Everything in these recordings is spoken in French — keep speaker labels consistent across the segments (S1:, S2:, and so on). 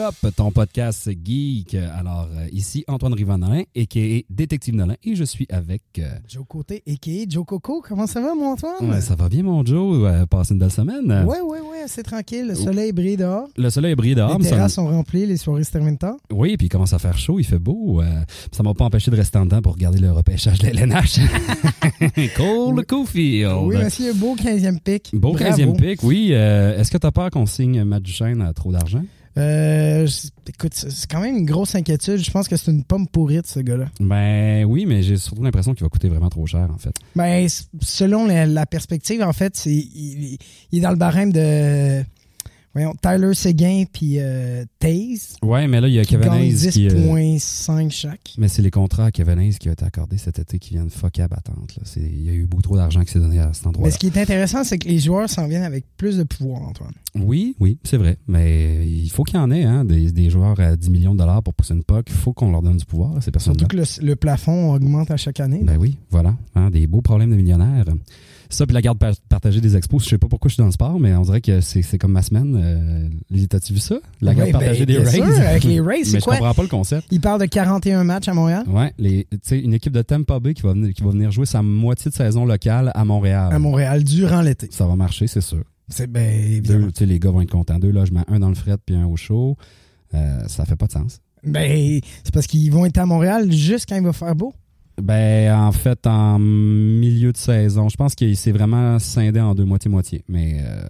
S1: up, ton podcast geek. Alors, euh, ici Antoine Rivanin, a.k.a. Détective Nolin, et je suis avec... euh,
S2: Joe Côté, a.k.a. Joe Coco. Comment ça va, mon Antoine?
S1: ouais, ça va bien, mon Joe? Euh, passe une belle semaine.
S2: ouais, ouais, ouais, c'est tranquille. Le soleil brille dehors.
S1: Le soleil brille dehors. Oh. Ah, mais
S2: les
S1: ça-
S2: terrasses sont remplies, les soirées se terminent tard.
S1: Oui, puis il commence à faire chaud, il fait beau. euh, ça m'a pas empêché de rester en dedans pour regarder le repêchage de l'LNH. Cole Cofield.
S2: oui, monsieur, beau 15e pic.
S1: Oh, ben. Beau
S2: Bravo.
S1: 15e pick, oui. Euh, Est-ce que t'as peur qu'on signe Matt Duchesne à trop d'argent?
S2: Euh, je- écoute, c'est c'est quand même une grosse inquiétude. Je pense que c'est une pomme pourrie de ce gars-là.
S1: Ben oui, mais j'ai surtout l'impression qu'il va coûter vraiment trop cher, en fait.
S2: Ben, s- selon la, la perspective, en fait, c'est il, il est dans le barème de voyons, Tyler Seguin puis euh, Taze.
S1: Ouais, mais là, il y a
S2: Qui
S1: Kevin
S2: gagne
S1: Hayes qui... euh,
S2: 10,5 chaque.
S1: Mais c'est les contrats à Kevin Hayes qui ont été accordés cet été qui viennent fuck battante. là. C'est- Il y a eu beaucoup trop d'argent qui s'est donné à cet
S2: Mais
S1: endroit-là.
S2: ce qui est intéressant, c'est que les joueurs s'en viennent avec plus de pouvoir, Antoine.
S1: Oui, oui, c'est vrai. Mais il faut qu'il y en ait, hein, des, des joueurs à 10 millions de dollars pour pousser une POC. Il faut qu'on leur donne du pouvoir, à ces personnes-là.
S2: Surtout que le, le plafond augmente à chaque année.
S1: Ben oui, voilà. hein, des beaux problèmes de millionnaires. Ça, puis la garde par- partagée des expos. Je sais pas pourquoi je suis dans le sport, mais on dirait que c'est c'est comme ma semaine. Euh, T'as-tu vu ça? La garde
S2: Oui, ben,
S1: partagée des
S2: bien sûr,
S1: Rays.
S2: avec les Rays,
S1: mais
S2: c'est
S1: je
S2: quoi?
S1: comprends pas le concept.
S2: Il parle de 41 matchs à Montréal.
S1: Ouais, les, tu sais, une équipe de Tampa Bay qui va, venir, qui va venir jouer sa moitié de saison locale à Montréal.
S2: À Montréal durant l'été.
S1: Ça va marcher, c'est sûr.
S2: C'est ben évidemment.
S1: Deux, tu sais, les gars vont être contents. Deux logements, un dans le fret puis un au chaud. Euh, ça fait pas de sens.
S2: Ben, c'est parce qu'ils vont être à Montréal juste quand il va faire beau.
S1: Ben, en fait, en milieu de saison, je pense qu'il s'est vraiment scindé en deux moitié-moitié. Mais euh,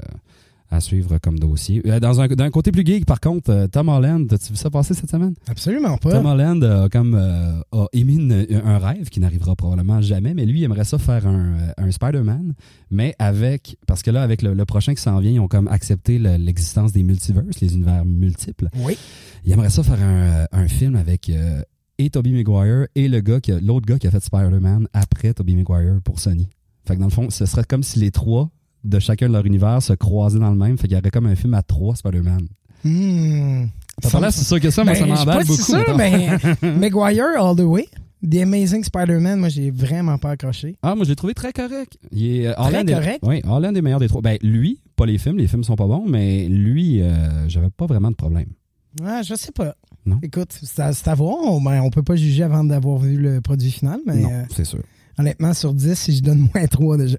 S1: à suivre comme dossier. Euh, Dans un, d'un côté plus geek, par contre, euh, Tom Holland, as-tu vu ça passer cette semaine?
S2: Absolument pas.
S1: Tom Holland a, comme, euh, a émis une- un rêve qui n'arrivera probablement jamais, mais lui, il aimerait ça faire un, euh, un Spider-Man, mais avec. Parce que là, avec le, le prochain qui s'en vient, ils ont comme accepté le- l'existence des multiverses, les univers multiples.
S2: Oui.
S1: Il aimerait ça faire un, euh, un film avec euh, et Tobey Maguire et le gars qui a- l'autre gars qui a fait Spider-Man après Tobey Maguire pour Sony. Fait que dans le fond, ce serait comme si les trois de chacun de leur univers se croisaient dans le même. Fait qu'il y aurait comme un film à trois Spider-Man.
S2: Hmm.
S1: T'as pas l'air si sûr que ça,
S2: Ben,
S1: moi
S2: je
S1: ça
S2: suis pas
S1: m'emballe
S2: si
S1: beaucoup.
S2: sûr,
S1: mettons.
S2: mais Maguire All the Way, The Amazing Spider-Man, moi j'ai vraiment pas accroché.
S1: Ah, moi je l'ai trouvé très correct. Il est, euh,
S2: Très
S1: Holland est-
S2: correct?
S1: oui, Holland est meilleur des trois. Ben lui, pas les films, les films sont pas bons, mais lui, euh, j'avais pas vraiment de problème.
S2: Ouais, je sais pas.
S1: Non.
S2: Écoute, c'est à, c'est à voir. On, ben, on peut pas juger avant d'avoir vu le produit final, mais
S1: non,
S2: euh,
S1: c'est sûr.
S2: honnêtement, sur 10, si je donne moins 3 déjà.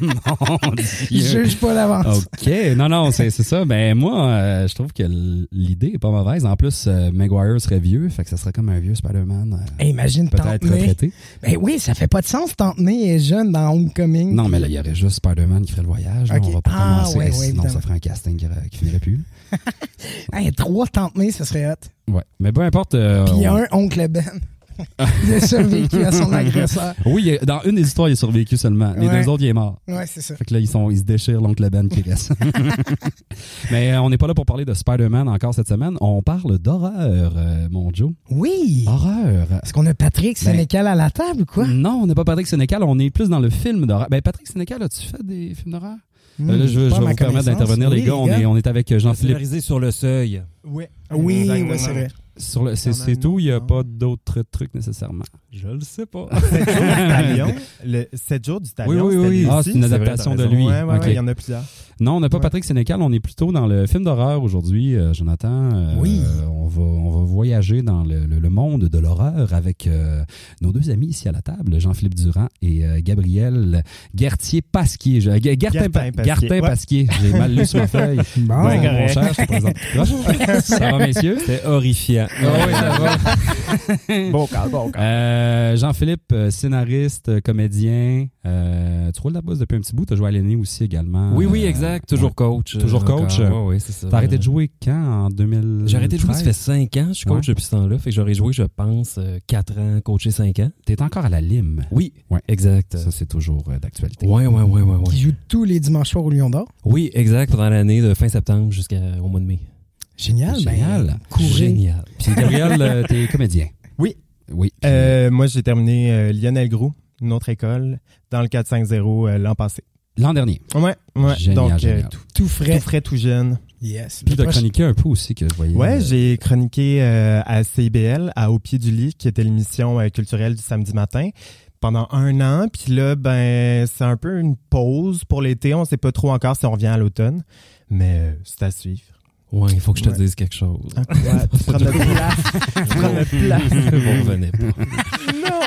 S1: Mon Dieu.
S2: Je juge pas d'avance.
S1: Ah, OK. Non, non, c'est c'est ça. Ben, moi, euh, je trouve que l- l'idée est pas mauvaise. En plus, euh, Maguire serait vieux, fait que ça serait comme un vieux Spider-Man. euh,
S2: Hey, imagine Tante
S1: Peut-être
S2: May.
S1: retraité.
S2: Ben oui, ça fait pas de sens. Tante May est jeune dans Homecoming.
S1: Non, mais là, il y aurait juste Spider-Man qui ferait le voyage. là.
S2: OK.
S1: on va pas
S2: Ah,
S1: commencer.
S2: ouais,
S1: Eh,
S2: ouais,
S1: sinon,
S2: évidemment.
S1: ça ferait un casting qui, qui finirait plus.
S2: Hey, trois Tante May, ce serait hot.
S1: Ouais. Mais peu importe. euh,
S2: Puis il y a
S1: on-
S2: un oncle Ben. il a survécu à son agresseur.
S1: Oui, il est- dans une des histoires, il est survécu seulement. Les
S2: Ouais.
S1: deux autres, il est mort.
S2: Ouais, c'est ça.
S1: Fait que là, ils, sont, ils se déchirent l'oncle Ben qui reste. mais euh, on n'est pas là pour parler de Spider-Man encore cette semaine. On parle d'horreur, euh, mon Joe.
S2: Oui!
S1: Horreur.
S2: Est-ce qu'on a Patrick
S1: Ah. Ben- Mm.
S2: Sénécal à la table ou quoi?
S1: Non, on n'est pas Patrick Sénécal, on est plus dans le film d'horreur. Ben, Patrick Sénécal, as-tu fait des films d'horreur? Euh, là, je, je
S2: Mm, Pas à
S1: vais
S2: ma
S1: vous permettre
S2: connaissance.
S1: d'intervenir,
S2: Oui,
S1: les gars. On est, on est avec euh, Jean-Philippe.
S3: Scénarisé sur le seuil.
S2: Oui, oui,
S3: Exactement.
S2: ouais, c'est vrai.
S1: Sur le- C'est
S3: Quand même,
S1: c'est tout, il n'y a
S3: non.
S1: pas d'autres trucs nécessairement. Je le sais pas.
S3: 7 jours du talion. Le 7 jours du talion.
S1: oui,
S3: c'était
S1: oui.
S3: lui
S1: Ah,
S3: aussi,
S1: c'est une
S3: vrai,
S1: adaptation de
S3: t'as raison.
S1: lui.
S3: Ouais, ouais,
S1: Ok.
S3: ouais, il y en a plusieurs.
S1: Non, on n'a pas
S3: Ouais.
S1: Patrick Sénécal, on est plutôt dans le film d'horreur aujourd'hui, euh, Jonathan. Euh,
S2: Oui.
S1: On va, on va voyager dans le, le- le monde de l'horreur avec euh, nos deux amis ici à la table, Jean-Philippe Durand et euh, Gabriel Gertier-Pasquier. Je- euh, Ga- Gartin-
S3: Gartin-Pasquier.
S1: Gartin-Pasquier. J'ai mal lu sur ma feuille.
S2: Bon.
S1: Bon,
S3: Ben,
S1: mon
S3: correct.
S1: cher, je te présente. ça va, messieurs?
S3: C'était horrifiant.
S1: Ah oui, ça va.
S3: Bon calme, bon calme.
S1: Euh, Jean-Philippe, euh, scénariste, euh, comédien. Euh, tu roules la bosse depuis un petit bout. Tu as joué à l'année aussi également.
S4: Oui, oui,
S1: Euh,
S4: exact. Toujours coach. euh,
S1: Toujours coach. euh,
S4: Oui, oui, c'est ça.
S1: T'as arrêté de jouer euh, quand en 2000
S4: J'ai arrêté de jouer, ça fait 5 ans. Je suis coach depuis ce temps-là. Fait que j'aurais joué, je pense, 4 ans, coaché 5 ans.
S1: T'es encore à la lime.
S4: Oui,
S1: Ouais.
S4: exact.
S1: Ça, c'est toujours euh, d'actualité.
S4: Oui, oui, oui, oui.
S2: Qui joue tous les dimanches soirs au Lion d'Or.
S4: Oui, exact. Pendant l'année de fin septembre jusqu'au mois de mai.
S2: Génial, ben,
S1: Génial.
S2: courez.
S4: Génial.
S1: Puis Gabriel, euh, t'es comédien.
S3: Oui.
S1: Oui. puis-
S3: Euh, moi, j'ai terminé euh, Lionel Groux, une autre école, dans le 4-5-0 euh, l'an passé.
S1: L'an dernier.
S3: Ouais, ouais.
S1: Génial,
S3: Donc, euh,
S1: génial.
S3: tout,
S2: Tout
S3: tout
S2: frais.
S3: frais, tout jeune.
S2: Yes.
S1: Puis
S2: Le
S1: de
S2: proche-
S1: chroniquer un peu aussi que je voyais.
S3: Ouais,
S1: euh,
S3: j'ai chroniqué euh, à CIBL, à Au pied du lit, qui était l'émission euh, culturelle du samedi matin, pendant un an. Puis là, ben, c'est un peu une pause pour l'été. On sait pas trop encore si on revient à l'automne, mais euh, c'est à suivre.
S4: Ouais, il faut que je te
S3: Ouais. Ah,
S4: dise quelque chose.
S3: Ouais, tu prends notre place. tu prends notre place.
S4: Bon, venez pas.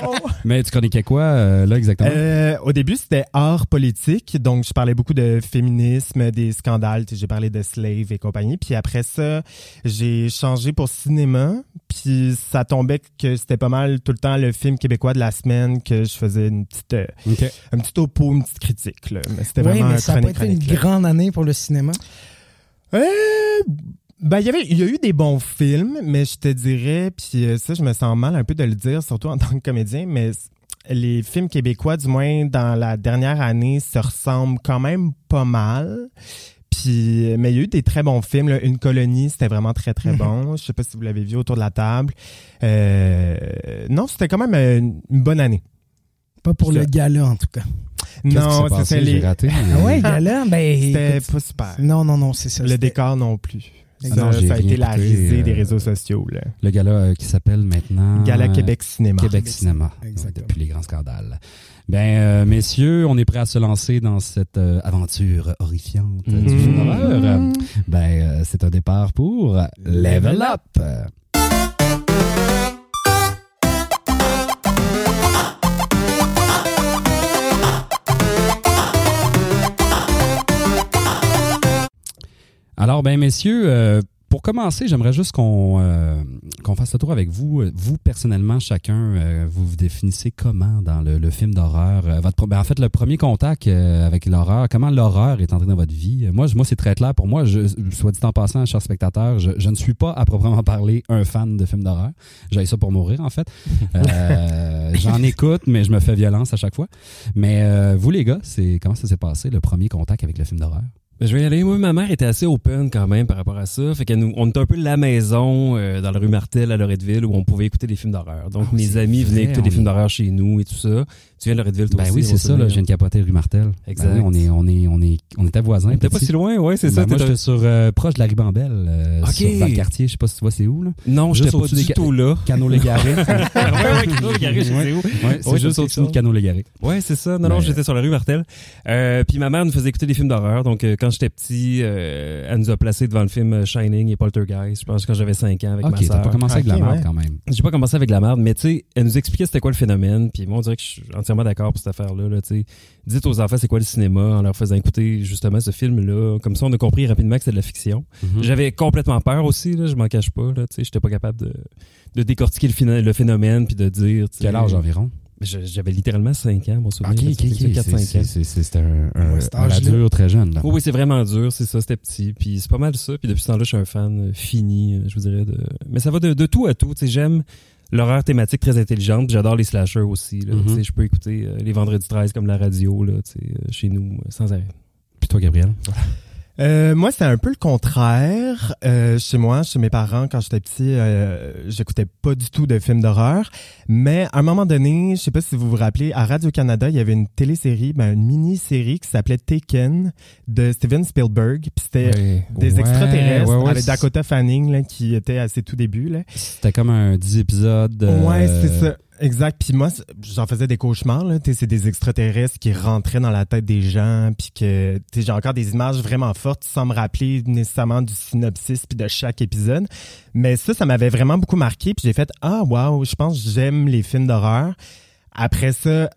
S3: non!
S1: Mais tu connais quoi, euh, là, exactement?
S3: Euh, au début, c'était art politique. Donc, je parlais beaucoup de féminisme, des scandales. Tu sais, J'ai parlé de Slave et compagnie. Puis après ça, j'ai changé pour cinéma. Puis ça tombait que c'était pas mal tout le temps le film québécois de la semaine que je faisais une petite, euh,
S1: OK.
S3: un petit topo, une petite critique. là. Mais c'était
S2: Oui,
S3: vraiment
S2: mais
S3: un
S2: ça a pas
S3: chronique,
S2: été une
S3: chronique, là.
S2: grande année pour le cinéma.
S3: Euh, ben, il y avait, il y a eu des bons films, mais je te dirais, puis euh, ça, je me sens mal un peu de le dire, surtout en tant que comédien, mais c- les films québécois, du moins dans la dernière année, se ressemblent quand même pas mal. Puis, euh, mais il y a eu des très bons films. là. Une colonie, c'était vraiment très, très
S1: Mhm.
S3: bon. Je sais pas si vous l'avez vu autour de la table. Euh, non, c'était quand même euh, une une bonne année.
S2: Pas pour
S3: C'est-
S2: le gala, en tout cas.
S1: Qu'est-ce qui
S3: Non,
S1: s'est passé?
S3: c'était
S1: J'ai
S3: les...
S1: raté. mais-
S2: Ah ouais, gala, ben.
S3: C'était
S2: écoute,
S3: pas super.
S2: Non, non, non, c'est ça.
S3: Le
S2: c'était-
S3: décor non plus.
S1: Ah
S3: Ça,
S1: non, j'ai
S3: ça a
S1: rien
S3: été la
S1: écouté,
S3: risée
S1: euh,
S3: des réseaux sociaux. Là.
S1: Le gala euh, qui s'appelle maintenant...
S3: Gala
S1: euh,
S3: Québec Cinéma.
S1: Québec Cinéma,
S2: Exactement.
S1: donc, depuis les grands scandales. Ben, euh, messieurs, on est prêt à se lancer dans cette euh, aventure horrifiante euh, du
S4: Mhm.
S1: film d'horreur. Ben, euh, c'est un départ pour Level Up. Alors, ben, messieurs, euh, pour commencer, j'aimerais juste qu'on euh, qu'on fasse le tour avec vous. Euh, Vous, personnellement, chacun, euh, vous vous définissez comment dans le, le film d'horreur? Euh, votre pro- ben, en fait, le premier contact euh, avec l'horreur, comment l'horreur est entrée dans votre vie? Euh, Moi, je- moi c'est très clair. Pour moi, je, soit dit en passant, chers spectateurs, je, je ne suis pas à proprement parler un fan de films d'horreur. J'ai ça pour mourir, en fait. Euh, J'en écoute, mais je me fais violence à chaque fois. Mais euh, vous, les gars, c'est comment ça s'est passé, le premier contact avec le film d'horreur?
S4: Ben, je vais y aller. Moi, ma mère était assez open quand même par rapport à ça. Fait qu'elle nous, on était un peu la maison euh, dans la rue Martel à Loretteville où on pouvait écouter des films d'horreur. Donc,
S1: Ah oui,
S4: mes
S1: c'est
S4: amis
S1: vrai,
S4: venaient écouter
S1: on
S4: des
S1: est-
S4: films d'horreur chez nous et tout ça. Tu viens de Loretteville, toi
S1: Ben
S4: aussi?
S1: oui,
S4: on
S1: c'est
S4: se
S1: ça, là,
S4: souvient.
S1: je viens de capoter rue Martel.
S4: Exact.
S1: Ben oui, on est, on est, on est, on était voisins.
S4: On était pas
S1: petit.
S4: si loin, ouais, c'est ça.
S1: Ben moi,
S4: t'étais-
S1: j'étais sur, euh, proche de la Ribambelle, euh,
S4: Ok.
S1: sur le quartier, je sais pas si tu vois c'est où, là.
S4: Non,
S1: Juste
S4: j'étais pas
S1: au-dessus des
S4: du
S1: ca-
S4: tout là.
S1: Canot Légaré.
S4: ouais, ouais, Canot Légaré, je sais
S1: Ouais.
S4: où.
S1: Ouais, c'est
S4: Ouais,
S1: juste
S4: c'est
S1: au-dessus
S4: ça.
S1: de Canot Légaré.
S4: Ouais, c'est ça. Non, non,
S1: Mais-
S4: j'étais sur la rue Martel. Euh, puis ma mère nous faisait écouter des films d'horreur. Donc, euh, quand j'étais petit, euh, elle nous a placés devant le film Shining et Poltergeist. Je pense quand j'avais 5 ans avec
S1: Ok,
S4: ma
S1: t'as ben, pas
S4: sœur.
S1: commencé avec de la
S3: Ok,
S1: merde
S3: ouais.
S1: quand même.
S4: J'ai pas commencé avec la merde, mais tu sais, elle nous expliquait c'était quoi le phénomène. Puis moi, on dirait que je suis entièrement d'accord pour cette affaire-là. Là, tu sais. Dites aux enfants c'est quoi le cinéma en leur faisant écouter justement ce film-là. Comme ça, on a compris rapidement que c'est de la fiction.
S1: Mhm. Mmh.
S4: J'avais complètement peur aussi, là, je m'en cache pas. Là, tu sais, j'étais pas capable de, de décortiquer le, phéno- le phénomène puis de dire. tu sais,
S1: Quel âge environ?
S4: je- J'avais littéralement 5 ans, mon souvenir.
S1: Ok, ok, ok.
S4: 4-5
S1: C'est-
S4: ans.
S1: c'est- c'est- C'était un, un,
S2: Ouais, cet
S1: un
S2: âge-là.
S1: adulte très jeune, là.
S4: Ah Oui, oui, c'est vraiment dur, c'est ça, c'était petit. Puis c'est pas mal ça. Puis depuis ce temps-là, je suis un fan euh, fini, euh, je vous dirais. De... Mais ça va de, de tout à tout. tu sais, J'aime l'horreur thématique très intelligente. puis J'adore les slashers aussi. là.
S1: Mhm.
S4: Tu sais, Je peux écouter euh, les vendredis 13 comme la radio là, tu sais, euh, chez nous, euh, sans arrêt.
S1: Puis toi, Gabriel?
S3: Euh, moi, c'était un peu le contraire. Euh, chez moi, chez mes parents, quand j'étais petit, euh, j'écoutais pas du tout de films d'horreur. Mais à un moment donné, je sais pas si vous vous rappelez, à Radio-Canada, il y avait une télésérie, ben, une mini-série qui s'appelait Taken de Steven Spielberg. Puis c'était euh, des
S1: Ouais,
S3: extraterrestres
S1: ouais, ouais,
S3: avec
S1: c'est-
S3: Dakota Fanning là, qui était à ses tout débuts. Là.
S1: C'était comme un 10 épisodes.
S3: Ouais,
S1: euh,
S3: c'est ça. Exact. Puis moi, c'est- j'en faisais des cauchemars. Là. T'sais, C'est des extraterrestres qui rentraient dans la tête des gens. Puis que t'sais, j'ai encore des images vraiment fortes sans me rappeler nécessairement du synopsis puis de chaque épisode. Mais ça, ça m'avait vraiment beaucoup marqué. Puis j'ai fait Ah, waouh, je pense que j'aime les films d'horreur. Après ça,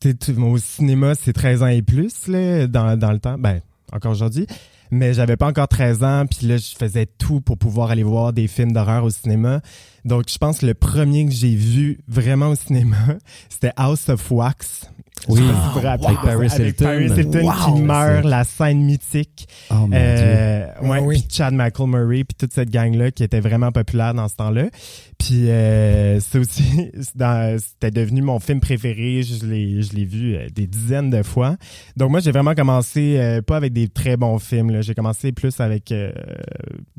S3: t'sais, tu- au cinéma, c'est 13 ans et plus là, dans, dans le temps. Ben, encore aujourd'hui. Mais j'avais pas encore 13 ans. Puis là, je faisais tout pour pouvoir aller voir des films d'horreur au cinéma. Donc, je pense que le premier que j'ai vu vraiment au cinéma, c'était House of Wax.
S1: Oui.
S3: Je sais pas si vous vous rappelez
S1: Avec
S3: de ça.
S1: Paris
S3: Avec
S1: Hilton.
S3: Paris Hilton
S2: Wow.
S3: qui meurt, la scène mythique.
S1: Oh mon dieu.
S3: Euh, ouais,
S2: Ah oui.
S3: puis Chad Michael Murray, puis toute cette gang-là qui était vraiment populaire dans ce temps-là. Puis euh, ça aussi, c'est dans- c'était devenu mon film préféré. Je l'ai je l'ai vu euh, des dizaines de fois. Donc moi, j'ai vraiment commencé, euh, pas avec des très bons films, là. j'ai commencé plus avec euh,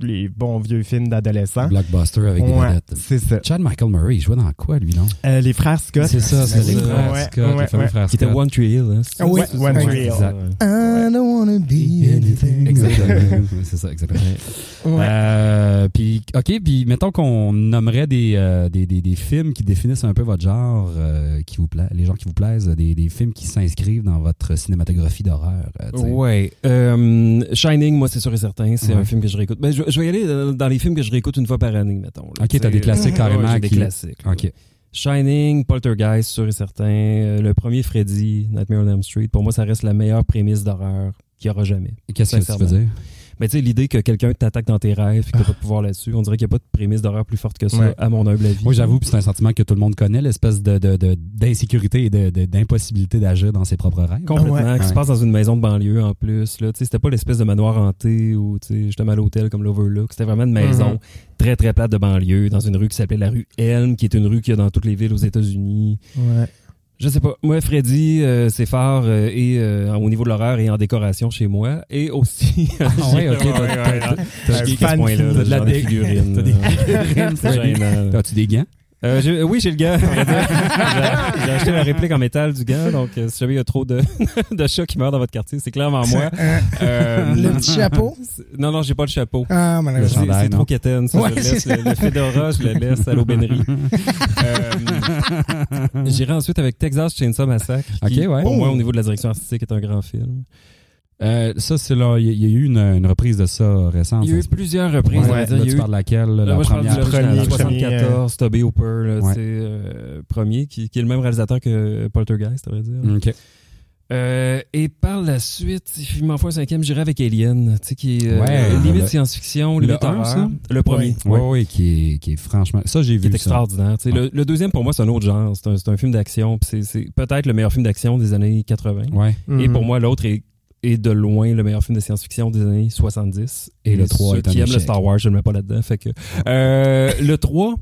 S3: les bons vieux films d'adolescents.
S1: Blockbuster avec des
S3: hein? Ouais,
S1: vedettes.
S3: c'est ça.
S1: Chad Michael Murray, il jouait dans quoi, lui, non?
S3: Euh, les frères Scott.
S1: C'est ça, c'est
S4: C'est
S1: les
S4: ça.
S1: frères
S3: Ouais,
S1: Scott, les
S3: ouais,
S1: fameux
S3: ouais.
S1: frères
S4: qui était One Tree Hill. hein, c'est ça?
S2: Ah oui,
S4: C'est ça,
S3: Oh, One
S4: ouais,
S3: Tree Hill.
S4: exact.
S2: I don't wanna be anything.
S1: Exactement. c'est ça, exactement.
S2: Ouais.
S1: Euh, puis, OK, puis mettons qu'on nommerait des, euh, des, des, des films qui définissent un peu votre genre, euh, qui vous pla- les gens qui vous plaisent, des, des films qui s'inscrivent dans votre cinématographie d'horreur. euh, tu sais.
S4: Ouais. Euh, Shining, moi, c'est sûr et certain. C'est
S1: Ouais.
S4: un film que je réécoute. Ben, je, je vais y aller euh, dans les films que je réécoute une fois par année, mettons. là,
S1: Ok,
S4: tu
S1: t'as
S4: sais.
S1: des classiques
S4: Ouais,
S1: carrément
S4: j'ai des
S1: qui-
S4: classiques. là.
S1: OK.
S4: Shining, Poltergeist, sûr et certain. Euh, Le premier Freddy, Nightmare on Elm Street. Pour moi, ça reste la meilleure prémisse d'horreur qu'il y aura jamais.
S1: Qu'est-ce que tu veux
S4: Sincèrement.
S1: dire?
S4: Mais tu sais, l'idée que quelqu'un t'attaque dans tes rêves et que t'as pas de pouvoir là-dessus, on dirait qu'il n'y a pas de prémisse d'horreur plus forte que ça,
S3: Ouais.
S4: à mon humble avis.
S1: Moi, j'avoue, puis c'est un sentiment que tout le monde connaît, l'espèce de- de- de- d'insécurité de, et de- de- d'impossibilité d'agir dans ses propres rêves.
S4: Complètement,
S2: Ouais.
S4: qui se
S1: Ouais.
S4: passe dans une maison de banlieue en plus. Là. Tu sais, C'était pas l'espèce de manoir hanté ou tu sais, justement à l'hôtel comme l'Overlook. C'était vraiment une maison
S3: Mhm.
S4: très très plate de banlieue dans une rue qui s'appelait la rue Elm, qui est une rue qu'il y a dans toutes les villes aux États-Unis.
S3: Ouais.
S4: Je sais pas. Moi, Freddy, euh, c'est fort euh, et euh, au niveau de l'horreur et en décoration chez moi. Et aussi.
S1: Ah, ouais, ok,
S4: J'ai-
S1: t'as-
S4: ouais, ouais, ouais.
S1: t'as-
S4: Je geek à
S3: fan
S4: ce point-là,
S3: film de
S4: là,
S1: la
S4: genre des
S1: dé-
S4: figurines,
S1: t'as des euh.
S4: là.
S1: figurines,
S4: C'est
S1: Freddy.
S4: gênant, là.
S1: T'as-tu des gants?
S4: Euh, j'ai- oui, j'ai le gant. j'ai j'ai acheté ma réplique en métal du gant, donc euh, si jamais il y a trop de, de chats qui meurent dans votre quartier, c'est clairement moi. Euh,
S2: Le petit chapeau.
S4: c'est- Non, non, j'ai pas le chapeau.
S2: Ah,
S1: Le
S4: C'est
S2: malheureusement.
S1: chandail,
S4: c'est
S1: non?
S4: trop quétaine. Ça,
S2: Ouais,
S4: je le
S2: c'est
S4: laisse,
S2: ça.
S4: le, le Fedora, je le laisse à l'aubainerie. Euh, J'irai ensuite avec Texas Chainsaw Massacre. qui,
S1: Ok, ouais.
S4: Pour moi,
S1: Oh.
S4: au niveau de la direction artistique, est un grand film.
S1: Euh, ça, c'est là, il y, il y a eu une, une reprise de ça récente.
S4: Il y a eu
S1: ça,
S4: plusieurs reprises.
S1: Ouais,
S4: on va dire,
S1: là,
S4: il y a
S1: tu
S4: eu
S1: parles de laquelle? là,
S4: Là,
S1: la
S4: moi, je parle
S1: première.
S4: du original,
S3: première,
S4: 74, Toby Hooper, là,
S1: Ouais.
S4: c'est, euh, premier, qui, qui est le même réalisateur que Poltergeist, à vrai dire.
S1: Ok.
S4: Euh, et par la suite, il m'en faut un cinquième, j'irai avec Alien, tu sais, qui est euh,
S1: Ouais,
S4: limite
S1: le-
S4: science-fiction,
S1: le
S4: limite
S1: un,
S4: horreur.
S1: ça?
S4: Le premier.
S1: Oui, oui, qui, est, qui est franchement. Ça, j'ai
S4: Qui
S1: vu.
S4: est
S1: ça.
S4: extraordinaire. tu sais. Le, le deuxième, pour moi, c'est un autre genre. C'est un, c'est un film d'action. puis C'est c'est peut-être le meilleur film d'action des années 80.
S1: Ouais.
S3: Mm.
S4: Et pour moi, l'autre est, est de loin le meilleur film de science-fiction des années 70. Et,
S1: Et le trois
S4: ceux
S1: est un
S4: qui aiment
S1: échec.
S4: le Star Wars, je ne le mets pas là-dedans. Fait que, euh, le 3,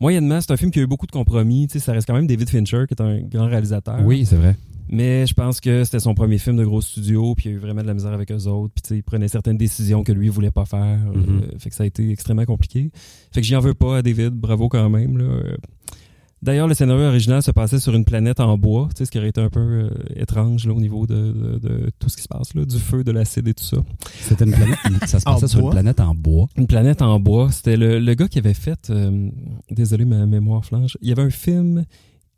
S4: moyennement, c'est un film qui a eu beaucoup de compromis. Tu sais, ça reste quand même David Fincher, qui est un grand réalisateur.
S1: Oui, c'est vrai.
S4: Mais je pense que c'était son premier film de gros studio, puis il a eu vraiment de la misère avec eux autres, puis tu sais, il prenait certaines décisions que lui voulait pas faire. euh,
S1: Mhm.
S4: fait que ça a été extrêmement compliqué. Fait que j'y en veux pas à David, bravo quand même. là. Euh, D'ailleurs, le scénario original se passait sur une planète en bois, tu sais, ce qui aurait été un peu euh, étrange là, au niveau de, de- de tout ce qui se passe, là, du feu, de l'acide et tout ça.
S1: C'était une planète. ça se
S3: En
S1: passait sur une
S3: bois?
S1: planète en bois.
S4: Une planète en bois, c'était le, le gars qui avait fait, euh, désolé ma mémoire flanche, il y avait un film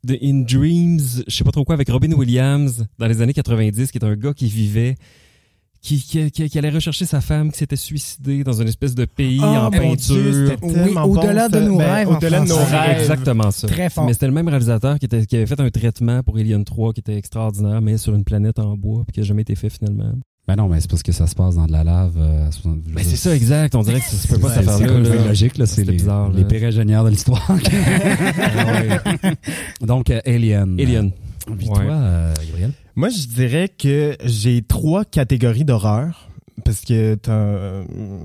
S4: de In Dreams, je sais pas trop quoi, avec Robin Williams dans les années 90, qui est un gars qui vivait, qui, qui, qui- qui allait rechercher sa femme, qui s'était suicidée dans une espèce de pays
S2: Ah, mon
S4: en peinture.
S3: Dieu, c'était
S2: Oui,
S3: tellement
S2: au-delà
S3: bon,
S2: de
S3: ça.
S2: nos
S3: Ben,
S2: rêves en
S3: Au-delà de nos
S2: français.
S4: C'est
S3: rêves.
S4: exactement ça.
S2: Très fort.
S4: Mais c'était le même réalisateur qui, était- qui avait fait un traitement pour Alien 3 qui était extraordinaire, mais sur une planète en bois, puis qui n'a jamais été fait finalement.
S1: Ben non, mais c'est parce que ça se passe dans de la lave. euh, à soixante-
S4: Mais Ben, c'est ça, exact. On dirait que ça se peut pas,
S1: C'est-
S4: cette
S1: C'est
S4: affaire-là,
S1: comme
S4: là.
S1: c'est logique, là. C'est
S4: C'était
S1: les,
S4: bizarre, là.
S1: les pires ingénieurs de l'histoire. Donc, euh, Alien.
S4: Alien.
S1: Puis
S4: Ouais.
S1: toi, euh, Gabriel?
S3: Moi, je dirais que j'ai trois catégories d'horreur. Parce que t'as- euh,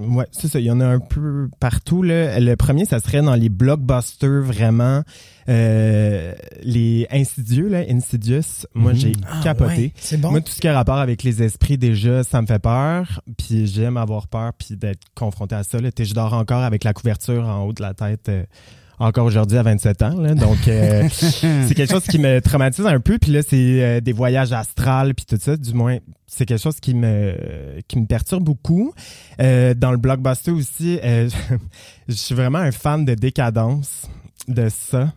S3: ouais, c'est ça, il y en a un peu partout. Là. Le premier, ça serait dans les blockbusters vraiment. euh, les insidieux, là, Insidious. Moi,
S4: Mhm.
S3: j'ai
S2: Ah,
S3: capoté.
S2: ouais, C'est bon.
S3: Moi, tout ce qui a rapport avec les esprits, déjà, ça me fait peur. Puis j'aime avoir peur, puis d'être confronté à ça. Là. T'sais, Je dors encore avec la couverture en haut de la tête, euh, encore aujourd'hui à 27 ans. Là. Donc, euh, c'est quelque chose qui me traumatise un peu. Puis là, c'est euh, des voyages astrales, puis tout ça. Du moins, c'est quelque chose qui me, qui me perturbe beaucoup. Euh, dans le blockbuster aussi, euh, je suis vraiment un fan de décadence, de ça.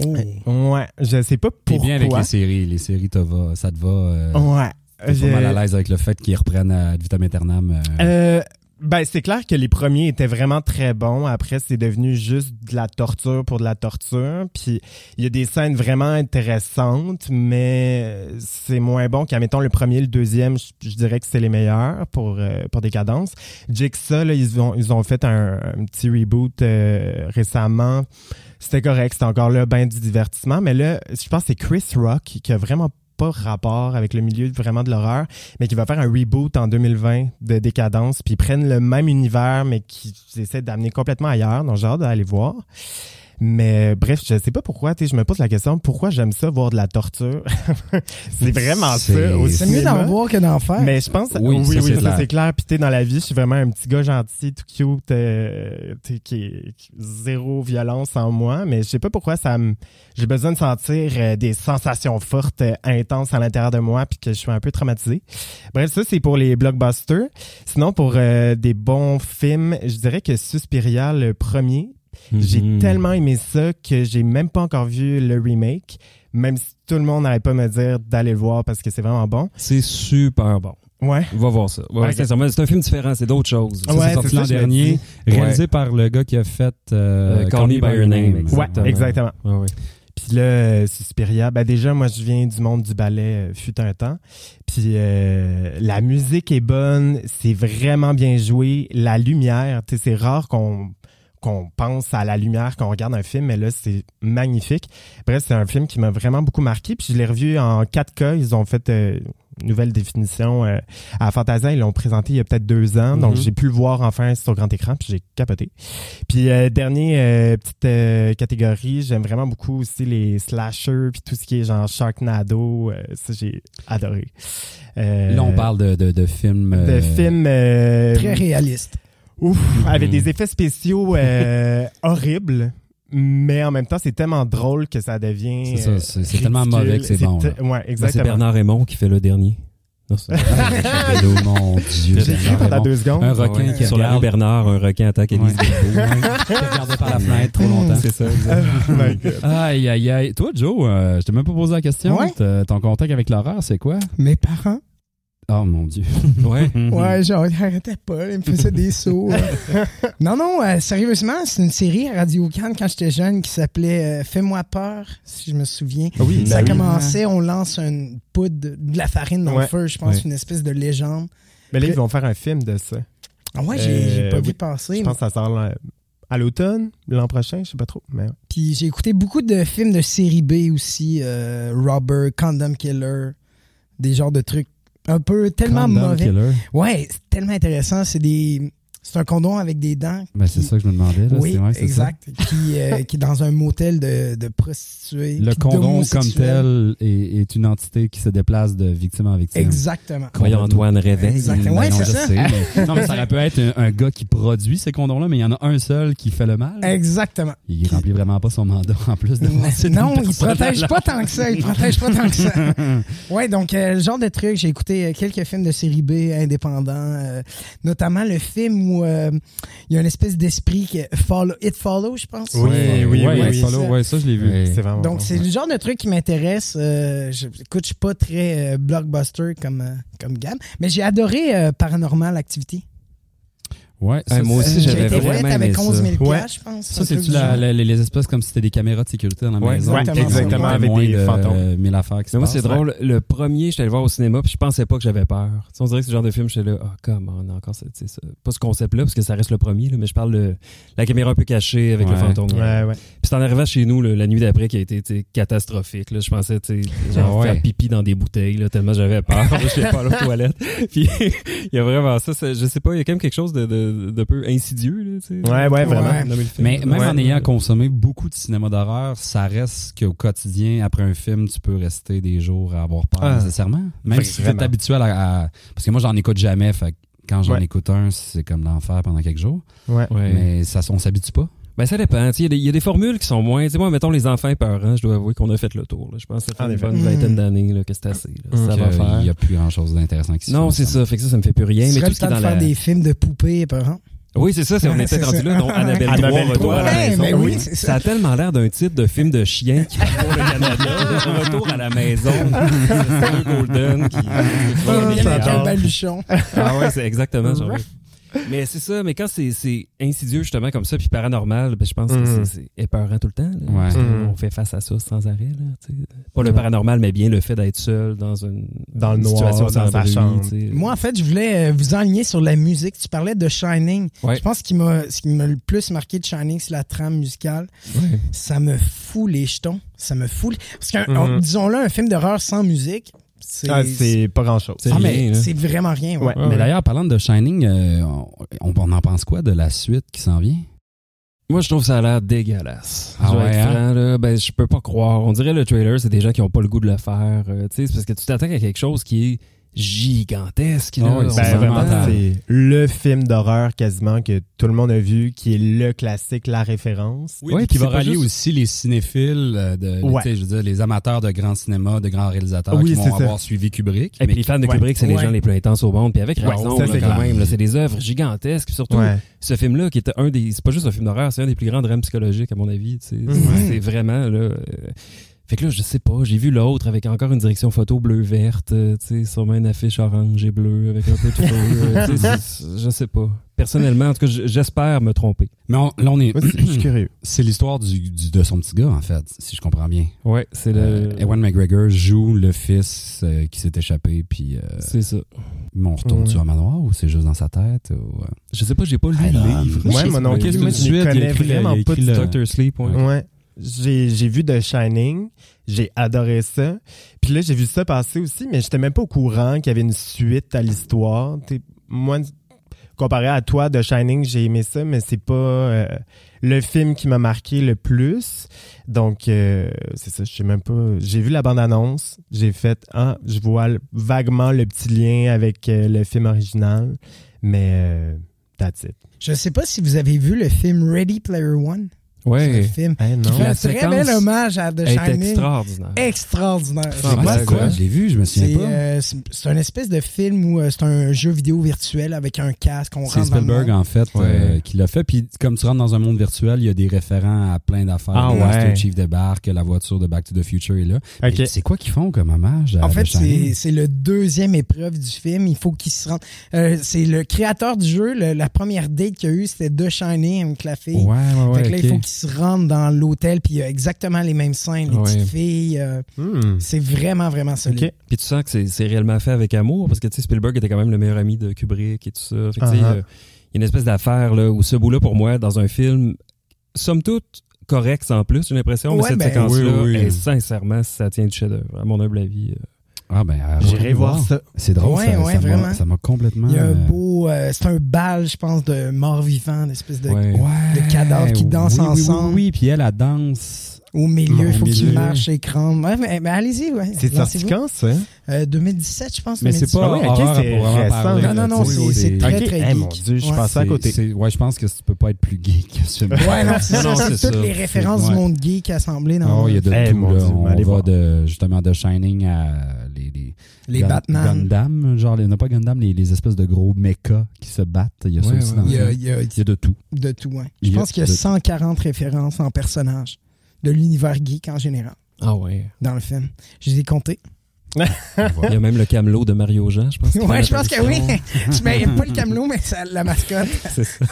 S2: Oh.
S3: ben, Ouais, je sais pas
S1: T'es
S3: pourquoi.
S1: bien avec les séries. Les séries, te va- ça te va. euh,
S3: Ouais.
S1: T'es pas
S3: Je-
S1: mal à l'aise avec le fait qu'ils reprennent à vitam aeternam. euh,
S3: Euh, ben, c'est clair que les premiers étaient vraiment très bons. Après, c'est devenu juste de la torture pour de la torture. Puis, il y a des scènes vraiment intéressantes, mais euh, c'est moins bon qu'à, mettons, le premier, le deuxième. Je, je dirais que c'est les meilleurs pour, euh, pour des cadences. Jigsaw, là, ils ont, ils ont fait un, un petit reboot euh, récemment. C'était correct. C'était encore là, ben du divertissement. Mais là, je pense que c'est Chris Rock qui a vraiment pas rapport avec le milieu vraiment de l'horreur mais qui va faire un reboot en 2020 de Décadence, puis ils prennent le même univers, mais qui essaient d'amener complètement ailleurs. Donc, j'ai hâte d'aller voir. Mais bref, je sais pas pourquoi, tu sais, je me pose la question, pourquoi j'aime ça voir de la torture? c'est vraiment
S1: C'est-
S3: ça au
S2: C'est mieux d'en
S3: cinéma.
S2: voir que d'en faire.
S3: Mais je pense,
S1: Oui,
S3: oui,
S1: ça,
S3: oui, ça,
S1: c'est clair.
S3: c'est clair. Puis t'es dans la vie, je suis vraiment un petit gars gentil, tout cute, euh, t'sais, qui, est- qui- zéro violence en moi. Mais je sais pas pourquoi ça me, j'ai besoin de sentir euh, des sensations fortes, euh, intenses à l'intérieur de moi, puis que je suis un peu traumatisé. Bref, ça c'est pour les blockbusters. Sinon, pour euh, des bons films, je dirais que Suspiria, le premier, j'ai
S1: Mm-hmm.
S4: Mhm.
S3: tellement aimé ça que j'ai même pas encore vu le remake. Même si tout le monde n'allait pas me dire d'aller le voir parce que c'est vraiment bon.
S4: C'est super bon.
S3: Ouais.
S4: Va voir ça. Va voir
S3: Ouais,
S4: sincèrement, c'est un film différent, c'est d'autres choses.
S1: Ça,
S3: Ouais,
S1: c'est sorti
S3: c'est ça,
S1: l'an
S3: je me
S1: dernier,
S3: dis.
S1: réalisé
S5: par le gars qui a fait
S4: Euh,
S5: euh,
S4: Call Me By Your Name.
S3: Ouais, exactement.
S4: Ouais, ouais. Ben,
S3: Puis là, euh, Suspiria, ben déjà, moi, je viens du monde du ballet, euh, fut un temps. Puis euh, la musique est bonne, c'est vraiment bien joué. La lumière, tu sais, c'est rare qu'on qu'on pense à la lumière quand on regarde un film, mais là, c'est magnifique. Bref, c'est un film qui m'a vraiment beaucoup marqué. Puis je l'ai revu en 4K. Ils ont fait euh, une nouvelle définition euh, à Fantasia. Ils l'ont présenté il y a peut-être deux ans. Donc,
S4: Mhm.
S3: j'ai pu le voir enfin sur grand écran, puis j'ai capoté. Puis, euh, dernier euh, petite euh, catégorie, j'aime vraiment beaucoup aussi les slashers, puis tout ce qui est genre Sharknado. euh, ça, j'ai adoré. Euh,
S1: Là, on parle de, de, de films.
S3: de
S1: euh,
S3: films euh,
S2: Très réaliste.
S3: Ouf, avec
S1: Hmm.
S4: Mhm.
S3: des effets spéciaux euh, horribles, mais en même temps, c'est tellement drôle que ça devient.
S1: C'est ça,
S3: euh,
S1: c'est- c'est tellement
S3: ridicule.
S1: mauvais que c'est bon,
S3: te-
S1: là.
S3: Ouais,
S4: Ben, c'est
S3: exactement.
S4: Bernard Raymond qui fait le dernier. Non, c'est-
S1: Hello, mon Dieu.
S3: J'ai cru pendant deux secondes.
S1: Un requin
S4: Ouais.
S1: qui
S4: Sur la rue
S1: regarde.
S4: Bernard, un requin attaque
S1: Ouais.
S4: Elise.
S1: Ouais. hein. Qui regardait par la fenêtre trop longtemps. Ah,
S4: C'est ça.
S3: Oh My God.
S1: Aïe, aïe, aïe. Toi, Joe, euh, je t'ai même pas posé la question.
S2: Ouais.
S1: T'as- Ton contact avec l'horreur, c'est quoi?
S2: Mes parents.
S1: Oh, mon Dieu.
S4: Ouais.
S3: Mm-hmm.
S2: Ouais, genre, ils arrêtaient pas, ils me faisaient des sauts. non, non, euh, sérieusement, c'est une série à Radio Cannes quand j'étais jeune qui s'appelait euh, Fais-moi peur, si je me souviens.
S3: Oui,
S2: Ça
S3: ben oui.
S2: commençait, on lance une poudre de, de la farine dans le
S3: Ouais.
S2: feu, je pense,
S3: Ouais.
S2: une espèce de légende.
S3: Mais là, ils vont faire un film de ça.
S2: Ah ouais, j'ai j'ai
S3: Euh,
S2: pas vu
S3: oui.
S2: passer.
S3: Je
S2: mais-
S3: pense que ça sort là, à l'automne, l'an prochain, je sais pas trop. Mais...
S2: Puis j'ai écouté beaucoup de films de série B aussi, euh, Robber, Condom Killer, des genres de trucs un peu tellement
S1: Condom
S2: mauvais.
S1: Killer.
S2: Ouais, c'est tellement intéressant. C'est des, c'est un condom avec des dents.
S1: Ben, c'est
S2: qui-
S1: ça que je me demandais. Là.
S2: Oui,
S1: C'est- ouais, c'est ça.
S2: exact. Qui, euh, qui est dans un motel de, de prostituées.
S1: Le
S2: puis
S1: condom comme
S2: d'homosexuels.
S1: tel est, est une entité qui se déplace de victime en victime.
S2: Exactement.
S4: Voyons Antoine rêvait.
S2: Exactement.
S1: Ben
S2: Ouais,
S1: non,
S2: c'est
S1: je
S2: ça.
S1: sais, mais- non, mais ça aurait pu être un, un gars qui produit ces condoms-là, mais il y en a un seul qui fait le mal.
S2: Exactement.
S1: Il remplit vraiment pas son mandat en plus de lancer d'une
S2: Non, il
S1: personne à
S2: protège
S1: l'autre.
S2: pas tant que ça. Il protège pas tant que ça. Ouais, donc euh, le genre de truc, j'ai écouté euh, quelques films de série B indépendants, euh, notamment le film où euh, il y a une espèce d'esprit qui est follow, It Follow, je pense.
S3: Oui,
S1: Ouais,
S3: oui,
S1: ouais,
S3: oui,
S1: ouais,
S3: oui.
S1: Solo, ouais, ça je l'ai vu.
S3: C'est
S4: Ah,
S3: vraiment.
S2: Donc,
S3: bon.
S4: hein.
S2: c'est le genre de truc qui m'intéresse. Euh, je, écoute, je suis pas très euh, blockbuster comme, euh, comme gamme, mais j'ai adoré euh, Paranormal Activity.
S1: Ouais, ça,
S4: Hey, moi
S1: c'est-
S4: aussi,
S2: J'ai
S4: j'avais
S2: été
S4: vraiment
S2: faite
S4: aimé
S2: avec
S4: ça.
S2: 11 000
S3: Ouais.
S2: piastres, je pense.
S1: Ça,
S2: un truc
S1: c'est-tu
S2: du
S1: la-
S2: genre.
S1: la- les espèces comme si c'était des caméras de sécurité dans la
S4: Ouais,
S1: maison?
S3: ouais,
S2: exactement.
S3: exactement,
S1: Avec
S3: avec
S1: moins
S3: des
S1: de
S3: fantômes.
S1: euh, mille affaires qui se
S4: Mais moi,
S1: passent.
S4: c'est drôle. Le premier, j'étais allé voir au cinéma, puis je pensais pas que j'avais peur. Tu sais, on dirait que ce genre de film, j'étais là, ah, comment, on a encore ce- tu sais, ça. Pas ce concept-là, parce que ça reste le premier, là, mais je parle de la caméra un peu cachée avec
S1: Ouais.
S4: le fantôme.
S3: Ouais, ouais.
S4: Puis c'est en arrivant chez nous, là, la nuit d'après, qui a été tu sais, catastrophique. Là. Je pensais, tu sais, genre,
S1: Ah ouais.
S4: faire pipi dans des bouteilles, là, tellement j'avais peur. Je n'étais pas allé aux toilettes. Puis il y a vraiment ça. c'est- Je sais pas, il y a quand même quelque chose de, de, de peu insidieux. Là, tu sais.
S3: Ouais, ouais, vraiment.
S2: Ouais.
S4: Nommer le film.
S1: Mais même en
S4: Ouais.
S1: ayant consommé beaucoup de cinéma d'horreur, ça reste qu'au quotidien, après un film, tu peux rester des jours à avoir peur
S3: Ah.
S1: nécessairement. Même si tu es
S3: Vraiment.
S1: habituel à, à- Parce que moi, j'en écoute jamais. Fait que quand j'en
S3: Ouais.
S1: écoute un, c'est comme l'enfer pendant quelques jours.
S3: Ouais.
S4: Ouais.
S1: Mais ça, on s'habitue pas.
S4: Ben, ça dépend. Tu sais, Il y, a des- il y a des formules qui sont moins. Tu sais, moi, mettons les enfants peurants, je dois avouer qu'on a fait le tour. là. Je pense que ça fait
S3: En
S4: une
S3: effet.
S4: bonne
S2: Mm.
S4: vingtaine d'années là, que c'est assez. là. Ça
S1: Donc,
S4: va
S1: euh,
S4: faire.
S1: Il n'y a plus grand chose d'intéressant qui se
S4: Non,
S1: fait,
S4: c'est ça. Fait que ça, ça me fait plus rien.
S2: Ce
S4: Mais
S2: serait
S4: tout
S2: le
S4: ce qui est
S2: temps de
S4: dans
S2: faire
S4: la.
S2: des films de poupées, par exemple.
S4: Oui, c'est ça. c'est- on
S2: Ouais,
S4: était
S2: c'est
S4: rendu
S2: ça.
S4: là. Donc, Annabelle 3,
S3: Annabelle
S4: retour à la
S3: trois.
S4: maison.
S2: Ouais, ben oui,
S3: oui.
S2: c'est
S4: Ça
S2: ça.
S4: a tellement l'air d'un titre de film de chien qui court le Canada. Retour à la maison. C'est Stone Golden
S2: Ah,
S4: qui.
S2: Avec un
S4: J'adore.
S2: baluchon.
S4: Ah ouais, c'est exactement. genre. Mais c'est ça, mais quand c'est- c'est insidieux justement comme ça, puis paranormal, ben, je pense que
S3: Mhm.
S4: c'est- c'est épeurant tout le temps. là.
S1: Mm-hmm. Ouais. Mm-hmm.
S4: Parce que
S3: Mhm.
S4: On fait face à ça sans arrêt. Là, tu sais. Pas le paranormal, mais bien le fait d'être seul dans une,
S3: Dans le
S4: une
S3: noir,
S4: situation
S3: dans
S4: sans
S3: sa
S4: bruit,
S3: chambre.
S4: tu sais.
S2: Moi, en fait, je voulais euh, vous enligner sur la musique. Tu parlais de Shining.
S4: Ouais.
S2: Je pense que ce qui m'a le plus marqué de Shining, c'est la trame musicale.
S4: Ouais.
S2: Ça me fout les jetons. Ça me fout. les- Parce que,
S3: Mhm.
S2: disons-le, un film d'horreur sans musique, c'est.
S3: Ah, c'est pas grand-chose.
S4: C'est
S2: Ah, mais
S4: rien, là.
S2: c'est vraiment rien. ouais.
S3: Ouais.
S1: Mais d'ailleurs, parlant de Shining, euh, on, on en pense quoi de la suite qui s'en vient?
S4: Moi, je trouve ça a l'air dégueulasse.
S1: Ah
S4: je vais
S1: ouais,
S4: être
S1: hein?
S4: franc, là, ben, je peux pas croire. On dirait le trailer, c'est des gens qui ont pas le goût de le faire. euh, tu sais, c'est parce que tu t'attaques à quelque chose qui est gigantesque. là.
S1: Ah ouais,
S4: On
S1: c'est
S3: Ben,
S4: s'entend.
S3: vraiment,
S1: mental.
S3: c'est le film d'horreur quasiment que tout le monde a vu, qui est le classique, la référence.
S1: Oui, puis qui va rallier aussi les cinéphiles, euh, de,
S3: Ouais.
S1: tu sais, je veux dire, les amateurs de grand cinéma, de grands
S4: Ah
S1: réalisateurs
S3: Oui,
S1: qui vont
S3: c'est ça.
S1: avoir suivi Kubrick. mais
S4: Et puis les fans de
S3: Ouais.
S4: Kubrick, c'est les
S2: Ouais.
S4: gens les plus intenses au monde. Puis avec
S3: Ouais,
S4: raison,
S3: ça,
S4: là,
S3: c'est
S4: quand
S1: clair.
S4: même. là, c'est des œuvres gigantesques. Puis surtout,
S3: Ouais.
S4: ce film-là, qui est un des. C'est pas juste un film d'horreur, c'est un des plus grands drames psychologiques, à mon avis. tu sais.
S3: Mhm.
S4: C'est vraiment. Là, euh, Fait que là, je sais pas. J'ai vu l'autre avec encore une direction photo bleu-verte. euh, tu sais, sûrement une affiche orange et bleue avec un peu de feu. euh, tu sais, c'est- je sais pas. Personnellement, en tout cas, j- j'espère me tromper.
S1: mais on- là, on est.
S3: Moi, c'est- je suis curieux.
S1: C'est l'histoire du, du- de son petit gars, en fait, si je comprends bien.
S4: Ouais, c'est
S1: Euh,
S4: le.
S1: Ewan McGregor joue le fils euh, qui s'est échappé, puis euh,
S4: c'est ça.
S1: on retourne
S3: Ouais.
S1: sur un manoir ou c'est juste dans sa tête? ou, euh,
S4: Je sais pas, j'ai pas lu le
S1: Alors,
S4: livre.
S1: moi,
S3: Ouais,
S4: Je
S3: mon
S4: sais
S3: oncle,
S4: pas.
S3: lui, je
S4: Suède,
S3: connais
S4: écrit le-
S3: vraiment pas
S4: écrit
S3: du
S4: le-
S1: Dr.
S4: Sleep. ouais.
S3: Ouais. J'ai j'ai vu The Shining, j'ai adoré ça. Puis là, j'ai vu ça passer aussi, mais j'étais même pas au courant qu'il y avait une suite à l'histoire. T'sais, Moi, comparé à toi, The Shining, j'ai aimé ça, mais c'est pas euh, le film qui m'a marqué le plus. Donc, euh, c'est ça, je sais même pas. J'ai vu la bande-annonce, j'ai fait, ah, je vois le- vaguement le petit lien avec euh, le film original, mais euh, that's it.
S2: Je sais pas si vous avez vu le film Ready Player One. C'est un
S4: Ouais.
S2: film
S3: Eh non.
S2: qui fait
S4: La
S2: un très
S4: séquence
S2: bel hommage à The
S4: Elle est
S2: Shining.
S4: extraordinaire.
S2: Extraordinaire.
S4: Ah,
S1: c'est
S4: ben,
S1: quoi,
S4: c'est
S1: quoi?
S4: quoi?
S1: Je l'ai vu, je me
S2: C'est
S1: souviens pas.
S2: euh, c'est- c'est un espèce de film où euh, c'est un jeu vidéo virtuel avec un casque. On
S1: C'est
S2: rentre dans le
S1: Spielberg,
S2: monde.
S1: en fait,
S4: Ouais.
S1: euh, qui l'a fait. Puis comme tu rentres dans un monde virtuel, il y a des référents à plein d'affaires.
S3: Ah
S1: Le Master
S3: ouais.
S1: Chief débarque, la voiture de Back to the Future est là.
S3: Ok.
S1: Et C'est quoi qu'ils font comme hommage à
S2: En fait,
S1: The Shining?
S2: c'est c'est le deuxième épreuve du film. Il faut qu'il se rende. euh, c'est le créateur du jeu. le- la première date qu'il y a eu, c'était The Shining avec la fille.
S1: Ouais, ouais, ouais.
S2: fait que là,
S1: ok.
S2: il faut qu'il se rende dans l'hôtel, puis il y a exactement les mêmes scènes, les
S4: Ouais.
S2: petites filles. euh,
S3: Hmm.
S2: c'est vraiment, vraiment solide.
S3: Ok.
S4: Puis tu sens que c'est- c'est réellement fait avec amour, parce que tu sais, Spielberg était quand même le meilleur ami de Kubrick et tout ça. Fait que, tu sais,
S3: Uh-huh.
S4: euh, il y a une espèce d'affaire là, où ce bout-là, pour moi, dans un film, somme toute, correct sans plus, j'ai l'impression, mais
S2: Ouais,
S4: cette
S2: ben-
S4: séquence-là,
S1: Oui, oui.
S4: est sincèrement, ça tient du chef-d'œuvre, à mon humble avis. euh.
S1: Ah ben, euh,
S3: J'irai voir ça.
S1: C'est drôle,
S2: Ouais,
S1: ça-
S2: ouais,
S1: ça,
S2: vraiment.
S1: m'a, ça m'a complètement...
S2: Il y a un
S1: euh,
S2: beau. euh, c'est un bal, je pense, de mort-vivant, d'espèce de.
S4: Ouais.
S1: Ouais,
S2: de cadavres qui dansent
S1: oui, oui,
S2: ensemble.
S1: Oui, oui, puis elle, elle danse.
S2: Au milieu,
S1: Au
S2: il faut qu'il
S1: milieu.
S2: marche écran. Ouais, mais, mais allez-y, ouais.
S3: C'est sorti
S2: Lancez-vous.
S3: quand, ça? hein?
S2: Euh, 2017, je pense.
S1: Mais c'est
S2: 2018.
S1: pas
S3: Ah oui, ok,
S1: horreur à
S3: c'est
S1: proprement
S3: récent,
S1: parler,
S3: là.
S1: là,
S2: Non, non, non,
S1: tu sais,
S2: c'est- c'est
S1: c'est-
S2: Très,
S3: Ok.
S2: très
S3: Eh,
S2: geek.
S3: mon Dieu, je
S2: Ouais.
S3: passais à côté.
S1: c'est- Ouais, je pense que tu peux pas être plus gay que ce
S2: Ouais, non, c'est ça.
S4: Non, non,
S2: C'est
S4: c'est
S2: toutes
S4: ça.
S2: les références
S1: Ouais.
S2: du monde geek assemblées
S1: Ah,
S2: dans
S1: il y a de
S3: Eh,
S1: tout.
S3: mon
S1: là.
S3: Dieu,
S1: on
S3: allez
S1: va
S3: voir.
S1: de, justement de Shining à les, les,
S2: les
S1: Gun-
S2: Batman.
S1: Gundam, genre, les- non pas Gundam, les, les espèces de gros mechas qui se battent. Il y a ça
S4: Ouais,
S1: aussi
S4: ouais.
S1: dans
S2: Il y
S1: le
S2: a,
S1: film.
S2: il y a
S1: Il y a de tout.
S2: de tout. hein.
S1: hein. Il
S2: Je
S1: y a
S2: pense qu'il y a
S1: de-
S2: 140 références en personnages de l'univers geek en général
S4: Ah ouais.
S2: dans le film. Je les ai comptés.
S4: Il y a même le camelot de Mario Jean, je pense. qu'il fait
S2: Ouais,
S4: une
S2: je pense que oui.
S4: apparition.
S2: Je mets pas le camelot, mais ça- la mascotte.
S4: C'est ça.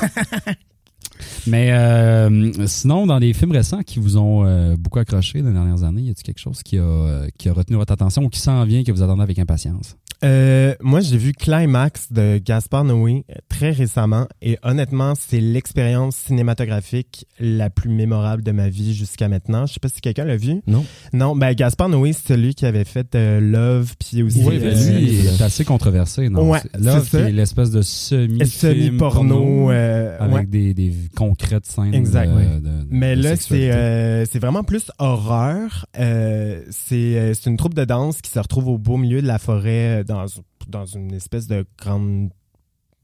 S1: Mais euh, sinon, dans les films récents qui vous ont euh, beaucoup accroché dans les dernières années, y a-t-il quelque chose qui a, euh, qui a retenu votre attention ou qui s'en vient, que vous attendez avec impatience?
S3: Euh, moi, j'ai vu Climax de Gaspard Noé euh, très récemment et honnêtement, c'est l'expérience cinématographique la plus mémorable de ma vie jusqu'à maintenant. Je sais pas si quelqu'un l'a vu.
S4: Non.
S3: Non, ben Gaspard Noé, c'est celui qui avait fait euh, Love puis aussi
S1: Oui,
S4: Oui,
S1: ben
S4: ben,
S3: euh,
S1: lui,
S4: c'est-
S1: il est assez controversé. Non?
S3: Ouais,
S1: C'est- Love,
S3: c'est ça.
S1: c'est l'espèce de semi
S3: semi-porno. euh,
S1: avec
S3: ouais.
S1: des, des concrètes scènes.
S3: Exact.
S1: euh, de- de-
S3: Mais
S1: de
S3: là,
S1: sexualité.
S3: c'est euh, c'est vraiment plus horreur. Euh, c'est euh, c'est une troupe de danse qui se retrouve au beau milieu de la forêt euh, dans, dans une espèce de grande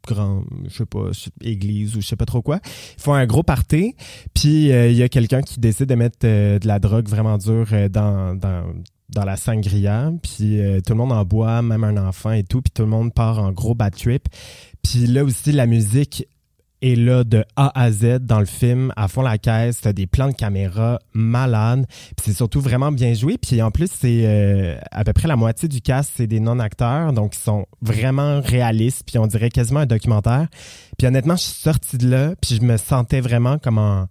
S3: grand, je sais pas, église ou je sais pas trop quoi. Ils font un gros party, puis euh, il y a quelqu'un qui décide de mettre euh, de la drogue vraiment dure euh, dans, dans, dans la sangria, puis euh, tout le monde en boit, même un enfant et tout, puis tout le monde part en gros bad trip. Puis là aussi, la musique est là de A à Z dans le film, à fond la caisse, t'as des plans de caméra malades, puis c'est surtout vraiment bien joué, puis en plus, c'est euh, à peu près la moitié du cast, c'est des non-acteurs, donc ils sont vraiment réalistes, puis on dirait quasiment un documentaire. Puis honnêtement, je suis sorti de là, puis je me sentais vraiment comme un...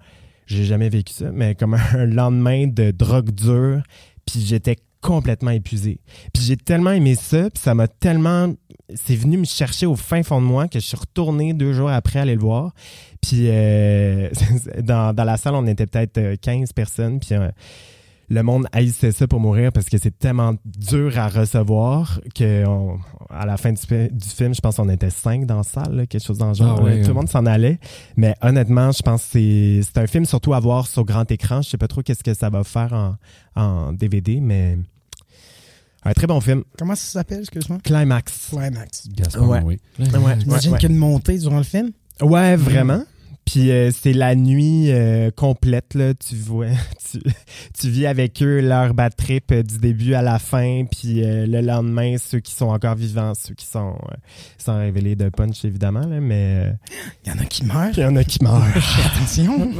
S3: J'ai jamais vécu ça, mais comme un lendemain de drogue dure, puis j'étais complètement épuisé. Puis j'ai tellement aimé ça, puis ça m'a tellement... C'est venu me chercher au fin fond de moi que je suis retourné deux jours après aller le voir. Puis euh, dans, dans la salle, on était peut-être euh, 15 personnes, puis... euh, le monde haïssait ça pour mourir parce que c'est tellement dur à recevoir que on- à la fin du, fi- du film, je pense qu'on était cinq dans la salle, là, quelque chose dans le genre.
S4: Ah ouais,
S3: Tout
S4: ouais.
S3: le monde s'en allait. Mais honnêtement, je pense que c'est- c'est un film surtout à voir sur grand écran. Je sais pas trop qu'est-ce que ça va faire en, en DVD, mais un très bon film.
S2: Comment ça s'appelle, excuse-moi?
S3: Climax.
S2: Climax.
S1: Gaspard,
S3: Ouais.
S1: oui.
S3: Ouais,
S2: J'imagine
S3: ouais.
S2: qu'il y a une montée durant le film.
S3: Ouais, vraiment. Puis euh, c'est la nuit euh, complète, là, tu vois. Tu, tu vis avec eux leur bad trip euh, du début à la fin, puis euh, le lendemain, ceux qui sont encore vivants, ceux qui sont euh, sans révéler de punch, évidemment, là, mais
S2: Il y en a qui
S3: euh,
S2: meurent.
S3: il y en a qui meurent.
S2: Attention.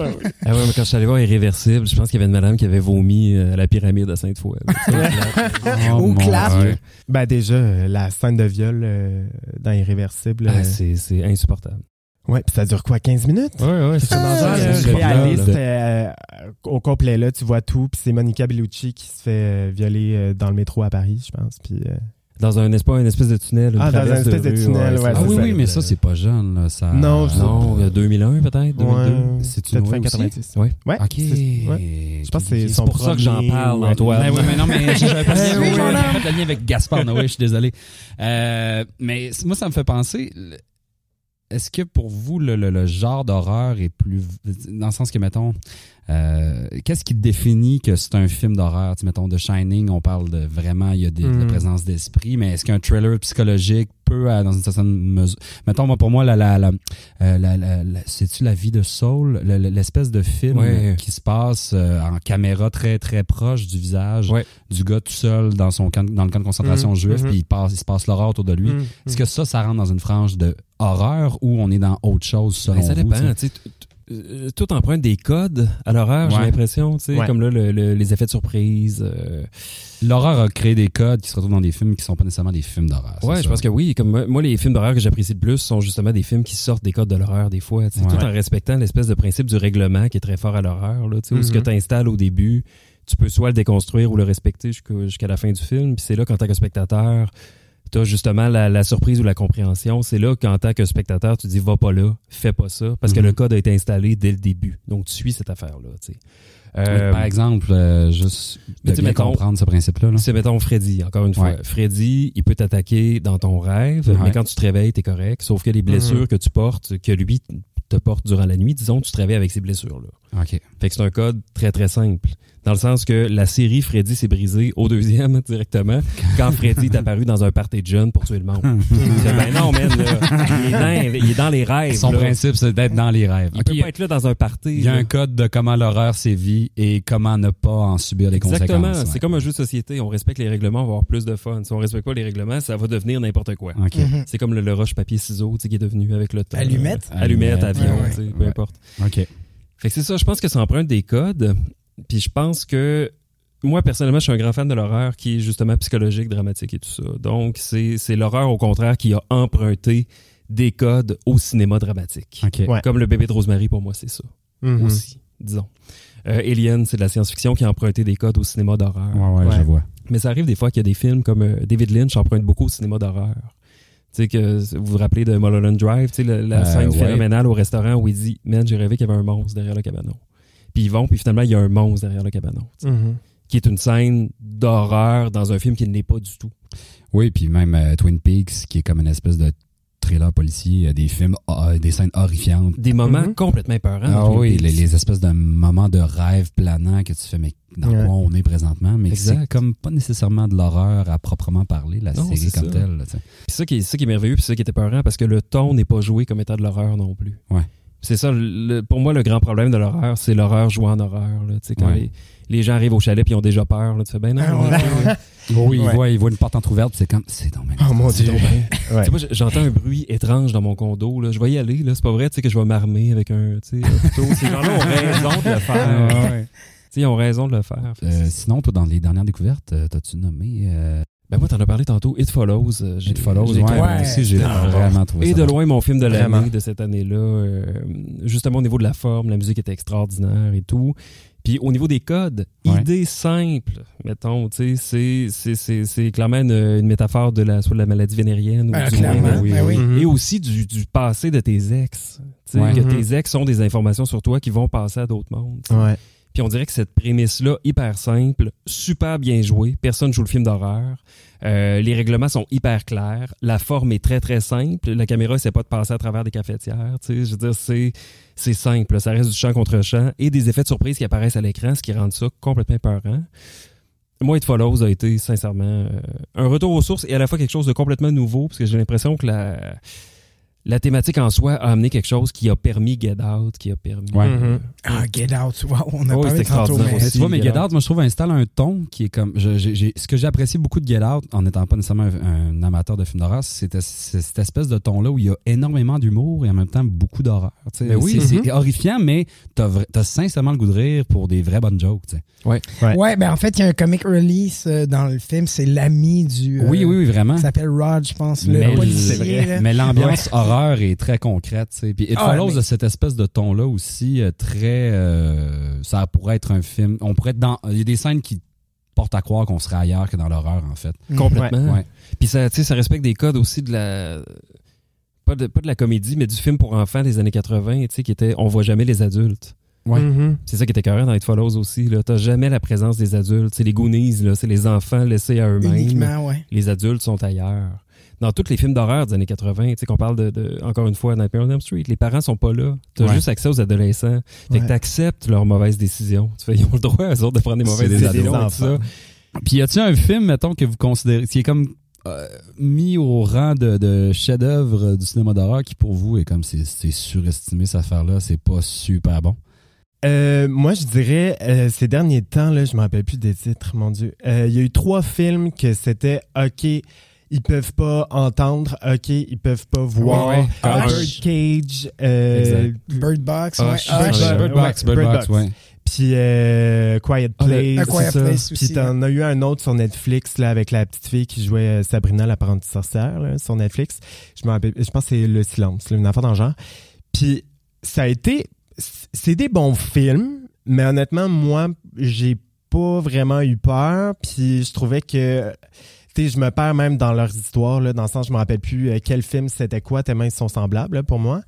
S4: Ah ouais, mais quand je suis allé voir Irréversible, je pense qu'il y avait une madame qui avait vomi euh, à la pyramide à Sainte-Foy.
S2: Au
S1: Oh mon
S2: clap.
S1: Dieu.
S3: ben déjà, euh, la scène de viol euh, dans Irréversible,
S4: Ah,
S3: euh,
S4: c'est c'est insupportable.
S3: ouais, puis ça dure quoi, 15 minutes?
S4: Ouais, ouais,
S3: C'est dans
S2: Ah,
S3: un
S2: c'est
S3: euh,
S2: insupportable.
S3: réaliste euh, au complet là, tu vois tout, puis c'est Monica Bellucci qui se fait euh, violer euh, dans le métro à Paris, je pense, puis euh,
S4: Dans un espace, une espèce de tunnel. une
S3: Ah, dans un
S4: traverse
S3: espèce de
S4: rue,
S3: tunnel, ouais,
S1: Ah
S4: c'est Euh,
S1: oui,
S3: ça.
S1: oui, mais ça, c'est pas jeune. Là, ça...
S3: Non, c'est-
S4: Non, il y a 2001 peut-être, 2002.
S3: Ouais,
S1: C'est
S3: peut-être
S1: une
S3: fin
S1: aussi?
S3: 90.
S4: Ouais.
S3: Ouais.
S1: OK.
S3: c'est- ouais. Je pense que c'est son
S4: C'est pour ça que j'en
S3: premier-
S4: parle,
S3: Ouais.
S4: Antoine.
S1: Ben oui, mais non, mais j'avais pas,
S2: Oui,
S1: le lien,
S2: madame.
S1: j'avais pas le lien avec Gaspard Noé, je suis désolé. Euh, mais c- moi, ça me fait penser. le- Est-ce que pour vous, le, le- le genre d'horreur est plus. Dans le sens que, mettons, euh, qu'est-ce qui définit que c'est un film d'horreur? Tu sais, mettons, de Shining, on parle de vraiment, il y a des, de la
S3: Mm.
S1: présence d'esprit, mais est-ce qu'un thriller psychologique peut, à- dans une certaine mesure. Mettons, moi, pour moi, la, la, la, euh, la- la- la- c'est-tu la vie de Saul? Le- le- L'espèce de film
S4: Ouais.
S1: qui se passe euh, en caméra très, très proche du visage
S4: Ouais. Mm, mm-hmm.
S1: du gars tout seul dans, son camp- dans le camp de concentration
S3: Mhm,
S1: juif,
S3: mhm.
S1: puis il, passe, il se passe l'horreur autour de lui.
S3: Mm,
S1: Est-ce que ça, ça rentre dans une frange de horreur ou on est dans autre chose selon
S4: Ben, ça
S1: vous,
S4: dépend.
S1: tu sais?
S4: tu sais, t- t- euh, tout emprunte des codes à l'horreur, j'ai
S1: Ouais.
S4: l'impression. tu sais,
S3: Ouais.
S4: Comme là, le- le- les effets de surprise. euh,
S1: L'horreur a créé des codes qui se retrouvent dans des films qui sont pas nécessairement des films d'horreur. Ah, c'est
S4: Ouais,
S1: ça?
S4: je pense que oui. Comme moi- moi, les films d'horreur que j'apprécie le plus sont justement des films qui sortent des codes de l'horreur des fois, tu sais,
S1: Ouais.
S4: tout en respectant l'espèce de principe du règlement qui est très fort à l'horreur. là, tu sais, Où ce
S1: Mm-hmm.
S4: que
S3: Mhm.
S4: tu installes au début, tu peux soit le déconstruire ou le respecter jusqu'au- jusqu'à la fin du film. Puis c'est là qu'en tant que spectateur, tu as justement la, la surprise ou la compréhension. C'est là qu'en tant que spectateur, tu dis va pas là, fais pas ça, parce que
S1: Mhm.
S4: le code a été installé dès le début. Donc tu suis cette affaire-là. tu sais. Euh,
S1: Par exemple, euh, juste de
S4: mais tu sais,
S1: bien
S4: mettons-
S1: comprendre ce principe-là. là.
S4: c'est, mettons, Freddy, encore une fois.
S1: Mmh. Ouais.
S4: Freddy, il peut t'attaquer dans ton rêve,
S1: Ouais. Mmh.
S4: mais quand tu te réveilles, t'es correct. Sauf que les blessures que tu portes, que lui te porte durant la nuit, disons, tu te réveilles avec ces blessures-là.
S1: OK.
S4: Fait que c'est un code très, très simple. Dans le sens que la série Freddy s'est brisée au deuxième directement quand Freddy est apparu dans un party de jeunes pour tuer le monde.
S1: Mmh.
S4: Tu fais, ben non, man, là, il, est dans, il est dans les rêves.
S1: Son
S4: là.
S1: principe, c'est d'être dans les rêves.
S4: Il
S1: OK,
S4: peut pas être là dans un party.
S1: Il y a
S4: là.
S1: un code de comment l'horreur sévit et comment ne pas en subir les
S4: Exactement.
S1: conséquences.
S4: C'est comme un jeu de société. On respecte les règlements, on va avoir plus de fun. Si on respecte pas les règlements, ça va devenir n'importe quoi.
S1: comme... OK.
S2: Mhm.
S4: C'est comme le, le roche papier ciseau tu sais, qui est devenu avec le temps.
S2: Allumette.
S4: Euh,
S1: Allumette,
S4: allumette, avion,
S2: ouais, ouais.
S4: tu sais, peu
S1: Ouais.
S4: importe.
S1: OK.
S4: Fait que c'est ça, je pense que ça emprunte des codes. Puis je pense que moi, personnellement, je suis un grand fan de l'horreur qui est justement psychologique, dramatique et tout ça. Donc, c'est c'est l'horreur, au contraire, qui a emprunté des codes au cinéma dramatique.
S1: OK.
S3: Ouais.
S4: Comme le bébé de Rosemary, pour moi, c'est ça
S3: mhm.
S4: aussi, disons. Euh, Alien, c'est de la science-fiction qui a emprunté des codes au cinéma d'horreur.
S1: Ouais, ouais, je
S3: Ouais.
S1: vois.
S4: Mais ça arrive des fois qu'il y a des films comme euh, David Lynch emprunte beaucoup au cinéma d'horreur. Tu sais que vous vous rappelez de Mulholland Drive, tu sais la, la
S1: Euh,
S4: scène
S1: ouais.
S4: phénoménale au restaurant où il dit "Man, j'ai rêvé qu'il y avait un monstre derrière le cabanon." Puis ils vont, puis finalement il y a un monstre derrière le cabanon, tu sais,
S3: Mhm.
S4: qui est une scène d'horreur dans un film qui ne l'est pas du tout.
S1: Oui, puis même euh, Twin Peaks, qui est comme une espèce de thriller policier, il y a des films, euh, des scènes horrifiantes.
S4: Des moments
S3: Mhm.
S4: complètement épeurants.
S1: Ah
S4: dans Twin
S1: oui,
S4: Peaks.
S1: les, les espèces de moments de rêve planant que tu fais, mais dans
S3: Ouais.
S1: quoi on est présentement, mais
S4: Exact.
S1: c'est comme pas nécessairement de l'horreur à proprement parler, la
S4: Non,
S1: série
S4: c'est
S1: comme
S4: ça.
S1: telle. là, tu sais.
S4: Puis ça qui est, ça qui est merveilleux, puis ça qui est épeurant, parce que le ton n'est pas joué comme étant de l'horreur non plus.
S1: Ouais.
S4: C'est ça, le- pour moi, le grand problème de l'horreur, c'est l'horreur jouée en horreur. là. Tu sais, quand
S1: Ouais.
S4: les, les gens arrivent au chalet puis ils ont déjà peur, là, tu fais ben non.
S2: Ah, ouais.
S4: là,
S1: Oui,
S3: Ouais.
S1: il, voit, il voit une porte entrouverte, puis c'est comme, c'est donc maintenant.
S3: Oh mon
S1: c'est
S3: dieu.
S1: donc bien.
S3: Ouais.
S4: Tu sais, moi, j- j'entends un bruit étrange dans mon condo. Là. Je vais y aller. Là. C'est pas vrai tu sais, que je vais m'armer avec un, tu sais, un couteau. Ces gens-là ont raison de le faire. Tu sais, Ils ont raison de le faire. Fait que
S1: Euh,
S4: c'est-
S1: sinon, toi, dans les dernières découvertes, euh, t'as-tu nommé euh,
S4: Ben, moi, t'en as parlé tantôt. It Follows. euh, J'ai
S1: It Follows?
S4: j'ai-
S1: Ouais,
S2: trouvé-
S1: moi aussi, j'ai
S3: Ah,
S1: vraiment trouvé
S4: Et
S1: ça.
S4: de
S1: bon.
S4: loin, mon film de
S3: Vraiment.
S4: l'année, de cette année-là, euh, justement au niveau de la forme, la musique était extraordinaire et tout. Puis au niveau des codes,
S1: Ouais.
S4: idée simple, mettons, tu sais, c'est- c'est- c'est c'est clairement une, une métaphore de la, soit de la maladie vénérienne ou
S2: Ben,
S4: du
S2: clairement.
S4: rhume.
S1: oui,
S2: ben oui.
S3: Mhm.
S4: Et aussi du, du passé de tes ex. Tu sais,
S1: Ouais.
S4: que
S3: Mhm.
S4: tes ex ont des informations sur toi qui vont passer à d'autres mondes.
S3: Ouais.
S4: Puis on dirait que cette prémisse-là, hyper simple, super bien jouée, personne joue le film d'horreur, euh, les règlements sont hyper clairs, la forme est très très simple, la caméra essaie pas de passer à travers des cafetières, tu sais, je veux dire, c'est, c'est simple, ça reste du champ contre champ et des effets de surprise qui apparaissent à l'écran, ce qui rend ça complètement peurant. Moi, It Follows a été sincèrement euh, un retour aux sources et à la fois quelque chose de complètement nouveau, parce que j'ai l'impression que la, la thématique en soi a amené quelque chose qui a permis Get Out, qui a permis.
S1: Ouais.
S4: euh,
S3: Mm-hmm.
S2: Ah, Get Out, wow, on a
S4: Oh,
S2: parlé
S4: c'est
S2: tantôt.
S4: extraordinaire
S2: mais-
S1: Mais tu vois, mais
S4: Get
S1: Get Out, moi, je trouve, installe un ton qui est comme. je- j'ai- j'ai- ce que j'ai apprécié beaucoup de Get Out, en n'étant pas nécessairement un, un amateur de films d'horreur, c'était c'est cette espèce de ton-là où il y a énormément d'humour et en même temps beaucoup d'horreur. tu sais.
S4: Mais Ben oui, Mm-hmm.
S1: c'est
S3: mhm.
S1: c'est horrifiant, mais t'as vra- t'as sincèrement le goût de rire pour des vraies bonnes jokes. tu sais.
S3: Ouais.
S2: Ouais, ben en fait, il y a un comic release euh, dans le film, c'est l'ami du. euh,
S1: oui, oui, oui, vraiment.
S2: Il s'appelle Rod, je pense, le
S1: Mais-
S3: c'est
S2: policier.
S3: vrai.
S2: là.
S1: Mais l'ambiance horreur est très concrète. tu sais. Puis It
S2: Ah,
S1: Follows
S2: mais-
S1: a cette espèce de ton-là aussi euh, très... euh, ça pourrait être un film... On pourrait être dans... Il y a des scènes qui portent à croire qu'on serait ailleurs que dans l'horreur, en fait.
S2: Mm.
S4: Complètement.
S1: Ouais.
S4: Puis ça, tu sais, ça respecte des codes aussi de la. Pas de, pas de la comédie, mais du film pour enfants des années 80, tu sais, qui était On voit jamais les adultes.
S1: Ouais.
S3: Mhm.
S4: C'est ça qui était carré dans It Follows aussi, là. T'as jamais la présence des adultes. C'est les Goonies, là. C'est les enfants laissés à eux-mêmes.
S2: Uniquement, ouais.
S4: Les adultes sont ailleurs. Dans tous les films d'horreur des années 80, tu sais, qu'on parle de, de- encore une fois, Nightmare on Elm Street, les parents sont pas là. T'as
S1: Ouais.
S4: juste accès aux adolescents. Fait
S2: Ouais.
S4: que t'acceptes leurs mauvaises décisions. Tu fais, ils ont le droit, eux autres, de prendre des
S1: C'est
S4: mauvaises
S1: des
S4: décisions. et tout
S3: ados.
S4: ça.
S1: Puis y a-t-il un film, mettons, que vous considérez, qui est comme euh, mis au rang de, de chef-d'œuvre du cinéma d'horreur, qui pour vous est comme c'est c'est surestimé cette affaire-là, c'est pas super bon.
S3: Euh, moi, je dirais, euh, ces derniers temps, là, je ne me rappelle plus des titres, mon Dieu. Euh, Il y a eu trois films que c'était OK, ils peuvent pas entendre, OK, ils peuvent pas voir.
S1: Ouais, ouais.
S3: Ah,
S2: Hush.
S3: Birdcage, euh,
S1: Exact.
S2: Bird Box, ouais. Ah,
S1: Hush,
S2: Hush.
S3: Hush.
S1: Bird Box,
S3: Ouais,
S1: Bird
S3: Bird
S1: Box,
S3: Box.
S1: ouais.
S3: puis euh, Quiet
S4: Ah, le-
S3: Place.
S2: A Quiet
S4: C'est ça.
S2: Place
S3: Puis
S2: aussi.
S3: t'en as eu un autre sur Netflix là, avec la petite fille qui jouait euh, Sabrina l'apprentie sorcière là, sur Netflix. Je, me rappelle- je pense que c'est Le Silence, là, une affaire dans le genre. Puis ça a été... C'est des bons films, mais honnêtement, moi, j'ai pas vraiment eu peur. Puis je trouvais que... tu sais, Je me perds même dans leurs histoires, là, dans le sens je me rappelle plus euh, quel film c'était quoi, tellement ils sont semblables là, pour moi.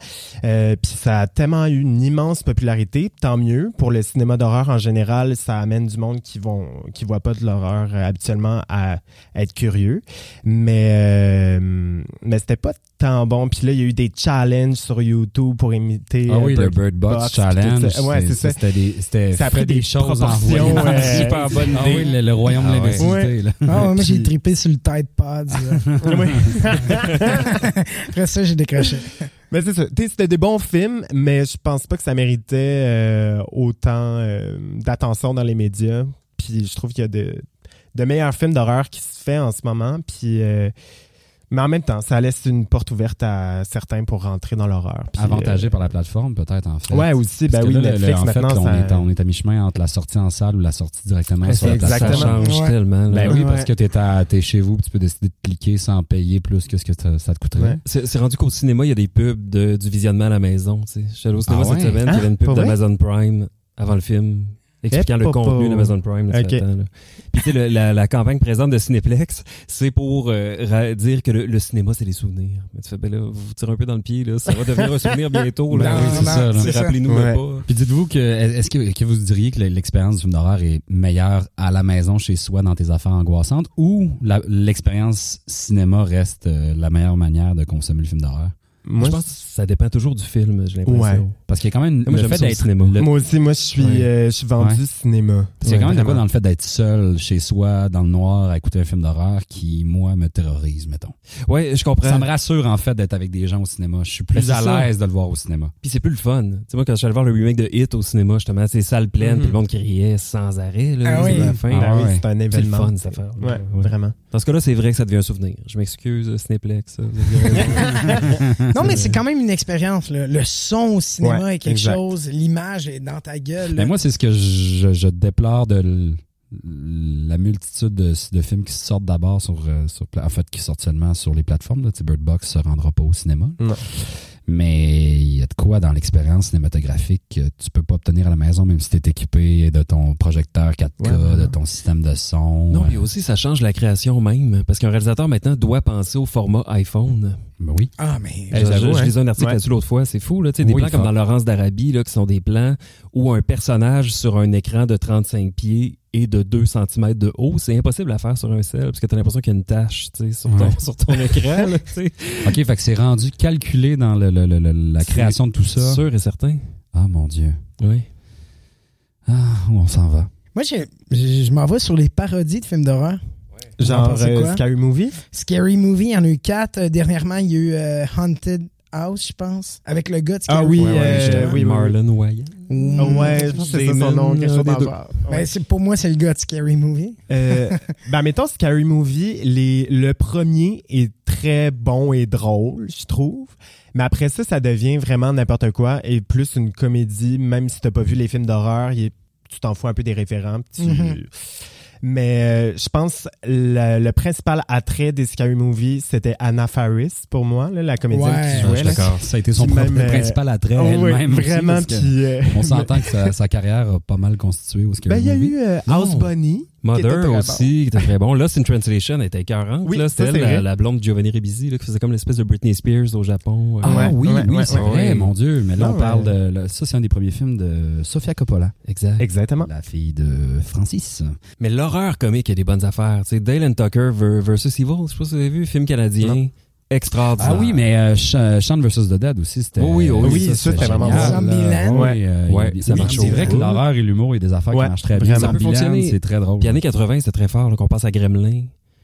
S3: Euh, puis ça a tellement eu une immense popularité, tant mieux. Pour le cinéma d'horreur en général, ça amène du monde qui vont qui voit pas de l'horreur euh, habituellement à être curieux. Mais euh, mais c'était pas tant bon. Puis là, il y a eu des challenges sur YouTube pour imiter.
S1: Ah
S3: euh,
S1: oui, le
S3: Bird
S1: Bird Box,
S3: Box,
S1: Challenge.
S3: tout ça. Ouais,
S1: c'est-
S3: c'est ça.
S1: C'était des, c'était
S3: Ça a pris
S1: fait
S3: des
S1: envoyées.
S3: proportions, euh,
S4: Super bonne
S1: Ah oui,
S4: idée.
S1: le, le royaume
S4: Ah
S1: de
S4: ouais.
S1: l'imbécilité.
S3: Ouais.
S1: là.
S2: Ah, ouais, moi, j'ai
S3: Puis-
S2: trippé sur le Tide Pod. là. Après ça, j'ai décroché.
S3: Mais c'est ça. Tu sais, C'était des bons films, mais je pense pas que ça méritait euh, autant euh, d'attention dans les médias. Puis je trouve qu'il y a de, de meilleurs films d'horreur qui se fait en ce moment. Puis, euh, mais en même temps, ça laisse une porte ouverte à certains pour rentrer dans l'horreur. Puis,
S1: Avantagé
S3: euh,
S1: par la plateforme, peut-être, en fait.
S3: Ouais, aussi. Ben
S1: Parce que
S3: oui,
S1: là, le- le-
S3: Netflix
S1: en fait,
S3: maintenant,
S1: on,
S3: ça-
S1: est, à- on est à mi-chemin entre la sortie en salle ou la sortie directement
S3: Ouais,
S1: sur la
S3: c'est
S1: plateforme.
S4: Ça
S3: Exactement.
S4: change
S2: Ouais.
S4: tellement. là.
S1: Ben oui, parce
S3: Ouais.
S1: que t'es à- t'es chez vous, puis tu peux décider de cliquer sans payer plus que ce que ça, ça te coûterait.
S3: Ouais.
S4: C'est c'est rendu qu'au cinéma, il y a des pubs de, du visionnement à la maison. tu sais. Je suis allé au cinéma
S1: Ah ouais?
S4: cette semaine, il y avait une
S3: Pas
S4: pub
S3: vrai?
S4: d'Amazon Prime avant le film, expliquant
S3: Eh,
S4: le
S3: pas,
S4: contenu
S3: pas.
S4: d'Amazon Prime. là,
S3: Ok.
S4: sur le temps, là. Puis tu sais, le- la, la campagne présente de Cinéplex, c'est pour euh, ra- dire que le, le cinéma, c'est des souvenirs. Mais tu fais, ben là, vous vous tirez un peu dans le pied, là, ça va devenir un souvenir bientôt. là.
S1: Ben oui, c'est
S4: Tu sais,
S1: ça, là.
S2: c'est ça.
S4: Rappelez-nous
S3: Ouais.
S4: même pas.
S1: Puis dites-vous que est-ce que, que vous diriez que l'expérience du film d'horreur est meilleure à la maison, chez soi, dans tes affaires angoissantes, ou la- l'expérience cinéma reste euh, la meilleure manière de consommer le film d'horreur?
S3: moi,
S4: je pense que ça dépend toujours du film, j'ai l'impression.
S3: Ouais.
S1: Parce qu'il y a quand même
S4: Moi,
S1: le
S4: j'aime
S1: fait
S4: ça au
S1: d'être
S4: cinéma.
S1: le-
S3: moi aussi, moi, je suis,
S4: Ouais.
S3: euh, je suis vendu
S1: Ouais.
S3: cinéma.
S1: Parce qu'il y a quand même de quoi dans
S3: vraiment.
S1: le fait d'être seul chez soi, dans le noir, à écouter un film d'horreur qui, moi, me terrorise, mettons.
S4: Ouais, je comprends.
S1: Ça me rassure, en fait, d'être avec des gens au cinéma. Je suis
S4: Ben,
S1: plus
S4: c'est
S1: à
S4: ça.
S1: l'aise de le voir au cinéma.
S4: Puis c'est plus le fun. Tu sais, moi, quand je suis allé voir le remake de Hit au cinéma, justement, c'est salle pleine,
S3: Mhm.
S4: puis le monde criait sans arrêt, là,
S2: Ah
S4: jusqu'à
S2: oui.
S4: la fin.
S1: Ah
S3: Ben oui,
S1: ouais.
S3: c'est un
S4: C'est le
S3: événement.
S4: fun, cette affaire.
S3: Ouais, vraiment.
S4: Dans ce cas-là, c'est vrai que ça devient un souvenir. Je m'excuse, euh, Cinéplex. euh, vous avez raison.
S2: Non, mais c'est quand même une expérience. là. Le son au cinéma
S3: Ouais,
S2: est quelque
S3: exact.
S2: chose. L'image est dans ta gueule. là.
S1: Mais Ben, moi, c'est ce que je, je déplore de l- la multitude de, de films qui sortent d'abord sur, euh, sur pla- en fait qui sortent seulement sur les plateformes là, Tu sais, Bird Box se rendra pas au cinéma
S3: Non.
S1: Mais il y a de quoi dans l'expérience cinématographique que tu peux pas obtenir à la maison, même si tu es équipé de ton projecteur 4K,
S3: Ouais, vraiment.
S1: de ton système de son.
S4: Non,
S1: Euh,
S4: puis aussi, ça change la création même. Parce qu'un réalisateur, maintenant, doit penser au format iPhone.
S1: ben oui.
S2: Ah, mais.
S4: Je,
S3: j'avoue,
S4: je
S3: hein.
S4: lisais un article
S3: Ouais.
S4: là-dessus l'autre fois, c'est fou. Là, tu sais, des
S1: Oui,
S4: plans comme
S1: fuck.
S4: dans Laurence d'Arabie, là, qui sont des plans où un personnage sur un écran de 35 pieds et de 2 cm de haut, c'est impossible à faire sur un sel, parce que t'as l'impression qu'il y a une tache tu sais, sur, ton,
S1: Ouais.
S4: sur ton écran. là, tu sais.
S1: OK, fait que c'est rendu calculé dans le- le- le- le- la
S4: C'est-
S1: création de tout ça.
S4: Sûr et certain.
S1: Ah, mon Dieu.
S4: Oui.
S1: Ah, où on s'en va?
S2: Moi, je, je- je m'en vais sur les parodies de films d'horreur. Vous en
S3: Genre
S2: pensez
S3: euh,
S2: quoi?
S3: Scary Movie.
S2: Scary Movie, il y en a eu quatre. Euh, Dernièrement, il y a eu euh, Haunted House, je pense, avec le gars de Scary
S3: Ah oui,
S2: Movie,
S3: euh,
S2: justement.
S3: oui, oui.
S4: Marlon Wayans.
S2: Mmh.
S3: Ouais, je pense que c'est ça son nom, quelque chose dans le genre.
S2: Ben, c'est- pour moi, c'est le gars de Scary Movie.
S3: Euh, ben, mettons, Scary Movie, les, le premier est très bon et drôle, je trouve. Mais après ça, ça devient vraiment n'importe quoi et plus une comédie, même si t'as pas vu les films d'horreur, il est- tu t'en fous un peu des référents. puis tu-
S2: Mhm.
S3: Mais euh, je pense le, le principal attrait des Scary Movie, c'était Anna Faris pour moi, là, la comédienne
S2: Ouais.
S3: qui
S2: Ah,
S1: Ah, je
S3: jouait.
S1: suis
S3: là.
S1: d'accord. Ça a été son
S3: Puis
S1: propre-
S3: même, euh,
S1: principal attrait
S3: Oh, oui,
S1: elle-même. aussi,
S3: vraiment.
S1: parce que
S3: puis, euh,
S1: on s'entend que sa, sa carrière a pas mal constitué au
S3: ben,
S1: Scary
S3: il y a
S1: Movie.
S3: eu euh, House
S4: Non.
S3: Bunny. qui était très
S4: Mother
S3: bon.
S4: aussi, qui était très bon. Lost in Translation était écœurante.
S3: Oui,
S4: là,
S3: ça,
S4: c'était elle,
S3: c'est
S4: la,
S3: vrai.
S4: la blonde de Giovanni Ribisi, là, qui faisait comme l'espèce de Britney Spears au Japon.
S1: Ah
S4: Euh,
S3: Ouais,
S1: oui,
S3: ouais,
S1: oui,
S3: ouais,
S1: c'est
S4: ouais.
S1: vrai, mon Dieu. Mais là,
S3: Ah,
S1: on parle
S3: ouais.
S1: de... là, ça, c'est un des premiers films de Sofia Coppola,
S4: Exact. Ah.
S3: Exactement.
S1: la fille de Francis.
S4: Mais l'horreur comique a des bonnes affaires. Tu sais, Dale and Tucker ver- versus Evil, je sais pas si vous avez vu, film canadien.
S3: Non.
S4: Extraordinaire.
S1: Ah oui, mais euh, Sh- Shaun vs. The Dead aussi, c'était.
S4: Oui, oui, oui,
S3: ça, c'était vraiment
S1: génial,
S2: bon.
S1: là.
S2: Zombieland.
S1: Oui, euh, il y a
S4: Ouais,
S1: des-
S4: ça
S1: oui,
S4: marche
S1: C'est
S4: au
S1: vrai que
S4: bout.
S1: l'horreur et l'humour et des affaires
S3: Ouais,
S1: qui marchent très bien.
S3: vraiment. Ça
S4: peut
S1: Zombieland,
S4: fonctionner.
S1: c'est très drôle.
S4: Puis années 80, c'était très fort. là, Qu'on passe à Gremlin.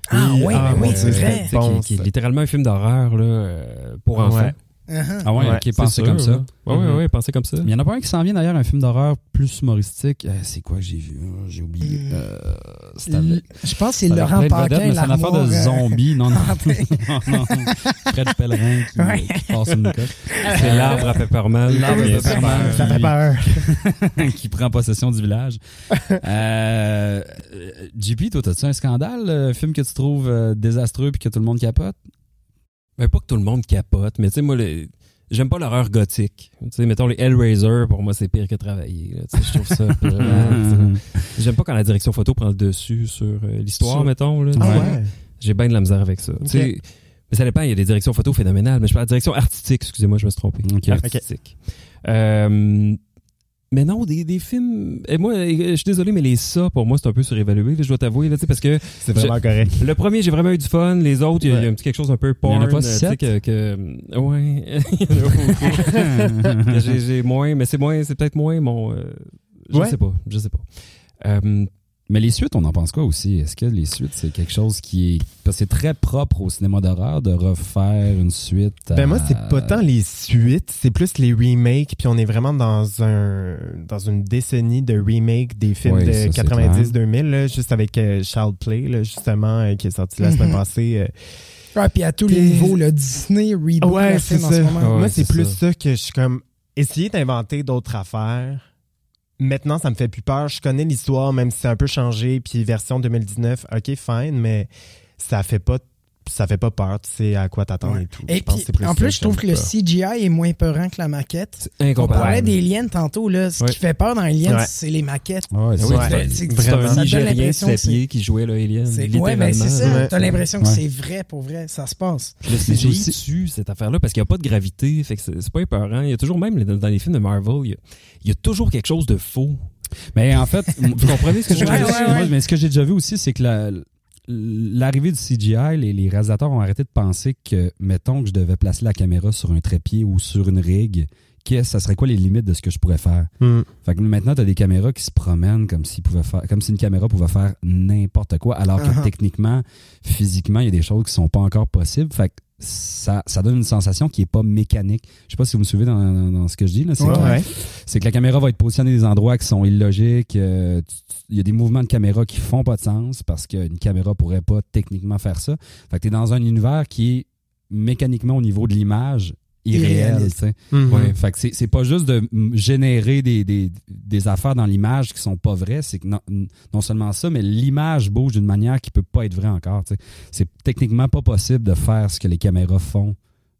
S2: Ah oui,
S3: ah,
S2: ben
S3: mon
S2: oui,
S3: Dieu,
S2: c'est
S3: c'était
S2: vrai.
S4: Tu sais,
S3: Bon,
S4: qui, qui est
S3: ça.
S4: littéralement un film d'horreur là, euh, pour enfants.
S3: Ouais.
S2: Uh-huh.
S1: Ah ouais,
S3: Ouais,
S1: qui est
S4: C'est
S1: pensé
S4: sûr,
S1: comme ça.
S4: là. Ouais,
S3: Mm-hmm.
S4: ouais, ouais, pensé comme ça.
S1: Il y en a pas un qui s'en vient d'ailleurs, un film d'horreur plus humoristique. Euh, c'est quoi que j'ai vu Euh, J'ai oublié. Euh, c'est
S2: L-
S1: avec-
S2: Je pense que c'est
S1: avec plein
S2: Laurent
S1: de vedettes,
S2: Paquin,
S1: mais C'est une affaire
S2: l'armoire,
S1: de
S2: euh,
S1: zombies. Non, non.
S2: hantée.
S1: non, non. Fred Pellerin qui,
S2: euh, Ouais.
S1: qui passe une coche.
S4: C'est l'arbre à Peppermint.
S1: L'arbre à
S4: Bien sûr.
S1: Peppermint.
S3: Ça fait- Ça
S1: Puis-
S3: fait peur.
S1: qui prend possession du village. Euh, euh, JP, toi, t'as-tu un scandale, euh, film que tu trouves euh, désastreux puis que tout le monde capote?
S4: Mais pas que tout le monde capote, mais tu sais, moi, le- j'aime pas l'horreur gothique. Tu sais, mettons les Hellraiser, pour moi, c'est pire que travailler. là. Tu sais, Je trouve ça plat,
S3: Euh,
S4: tu sais. J'aime pas quand la direction photo prend le dessus sur euh, l'histoire,
S3: Sur-
S4: mettons. là.
S1: Ah
S4: Tu sais,
S1: ouais.
S4: J'ai bien de la misère avec ça. Tu sais, Mais ça dépend, il y a des directions photo phénoménales, mais je parle de direction artistique, excusez-moi, je me suis trompé.
S1: Ok.
S4: Artistique. Euh, mais non, des, des films. Et moi, je suis désolé, mais les ça, pour moi, c'est un peu surévalué, là, je dois t'avouer, là, tu sais, parce que
S3: C'est vraiment correct.
S4: le premier, j'ai vraiment eu du fun. Les autres, il y a- il y, a un petit quelque chose un peu
S1: Il y en
S4: porn.
S1: a pas
S4: euh, tu sais,
S1: sept?
S4: Que, que- ouais. Il y en a beaucoup. Que j'ai, j'ai moins, mais c'est moins, c'est peut-être moins mon. euh, je
S3: Ouais.
S4: sais pas, je sais pas. Euh,
S1: Mais les suites, on en pense quoi aussi? Est-ce que les suites, c'est quelque chose qui est. Parce que c'est très propre au cinéma d'horreur de refaire une suite. à-
S3: Ben moi, c'est pas tant les suites, c'est plus les remakes. Puis on est vraiment dans un dans une décennie de remakes des films
S1: Oui, ça, c'est
S3: de 90-2000, juste avec euh, Child Play, là, justement, euh, qui est sorti la semaine
S2: Mhm.
S3: passée. euh,
S2: Ouais, puis à tous les
S3: Puis-
S2: niveaux, le Disney reboot le film en ce moment.
S4: Ouais,
S3: Moi, c'est
S4: c'est
S3: plus
S4: ça.
S3: ça. que je suis comme essayer d'inventer d'autres affaires. Maintenant, ça me fait plus peur. Je connais l'histoire, même si c'est un peu changé. Puis version 2019, ok, fine, mais ça fait pas ça fait pas peur. Tu sais à quoi t'attendre
S2: Ouais.
S3: et tout.
S2: Et
S3: Je pense
S2: puis,
S3: que c'est plus
S2: en plus,
S3: ça
S2: je trouve que le
S3: j'aime pas.
S2: CGI est moins peurant que la maquette.
S4: c'est
S2: On parlait
S4: incomparable.
S2: des liens tantôt, là. Ce
S4: Ouais.
S2: qui fait peur dans les liens,
S3: Ouais.
S2: c'est les maquettes.
S1: Ah ouais, c'est-
S3: Oui,
S1: c'est-
S3: ben,
S2: c'est-
S4: C'est
S3: vraiment.
S2: ça
S4: un
S2: donne
S4: Nigérien de
S2: l'impression que c'est-
S4: sept-pieds qui jouait le Alien.
S2: C'est-
S4: littéralement.
S2: Ouais, mais c'est ça.
S3: Ouais.
S2: T'as l'impression que
S1: Ouais.
S2: c'est vrai, pour vrai. Ça se passe.
S4: Le CGI
S1: aussi-
S4: tue cette affaire-là parce qu'il n'y a pas de gravité, fait que c'est, c'est pas épeurant. Il y a toujours, même dans dans les films de Marvel, il y a, il y a toujours quelque chose de faux.
S1: Mais en fait, vous comprenez ce que je veux
S2: Ouais,
S1: dire?
S2: ouais, ouais.
S1: Moi, Mais ce que j'ai déjà vu aussi, c'est que la- l'arrivée du CGI, les, les réalisateurs ont arrêté de penser que, mettons que je devais placer la caméra sur un trépied ou sur une rigue, que ça serait quoi les limites de ce que je pourrais faire?
S3: Hmm.
S1: Fait que maintenant, tu as des caméras qui se promènent comme, s'ils pouvaient faire, comme si une caméra pouvait faire n'importe quoi, alors que
S2: Uh-huh.
S1: techniquement, physiquement, il y a des choses qui sont pas encore possibles. Fait que ça, ça donne une sensation qui est pas mécanique. Je sais pas si vous me suivez dans, dans- dans ce que je dis. Là. C'est
S2: Ouais,
S1: que-
S3: Ouais.
S1: c'est que la caméra va être positionnée dans des endroits qui sont illogiques. euh, tu- tu- Il y a des mouvements de caméra qui font pas de sens parce qu'une caméra pourrait pas techniquement faire ça. Fait que tu es dans un univers qui est mécaniquement au niveau de l'image irréel.
S2: Irréaliste.
S1: tu sais.
S3: Mhm.
S1: Ouais, fait que c'est- c'est pas juste de mm, générer des, des- des affaires dans l'image qui sont pas vraies, c'est que non, non seulement ça, mais l'image bouge d'une manière qui peut pas être vraie encore. tu sais. C'est techniquement pas possible de faire ce que les caméras font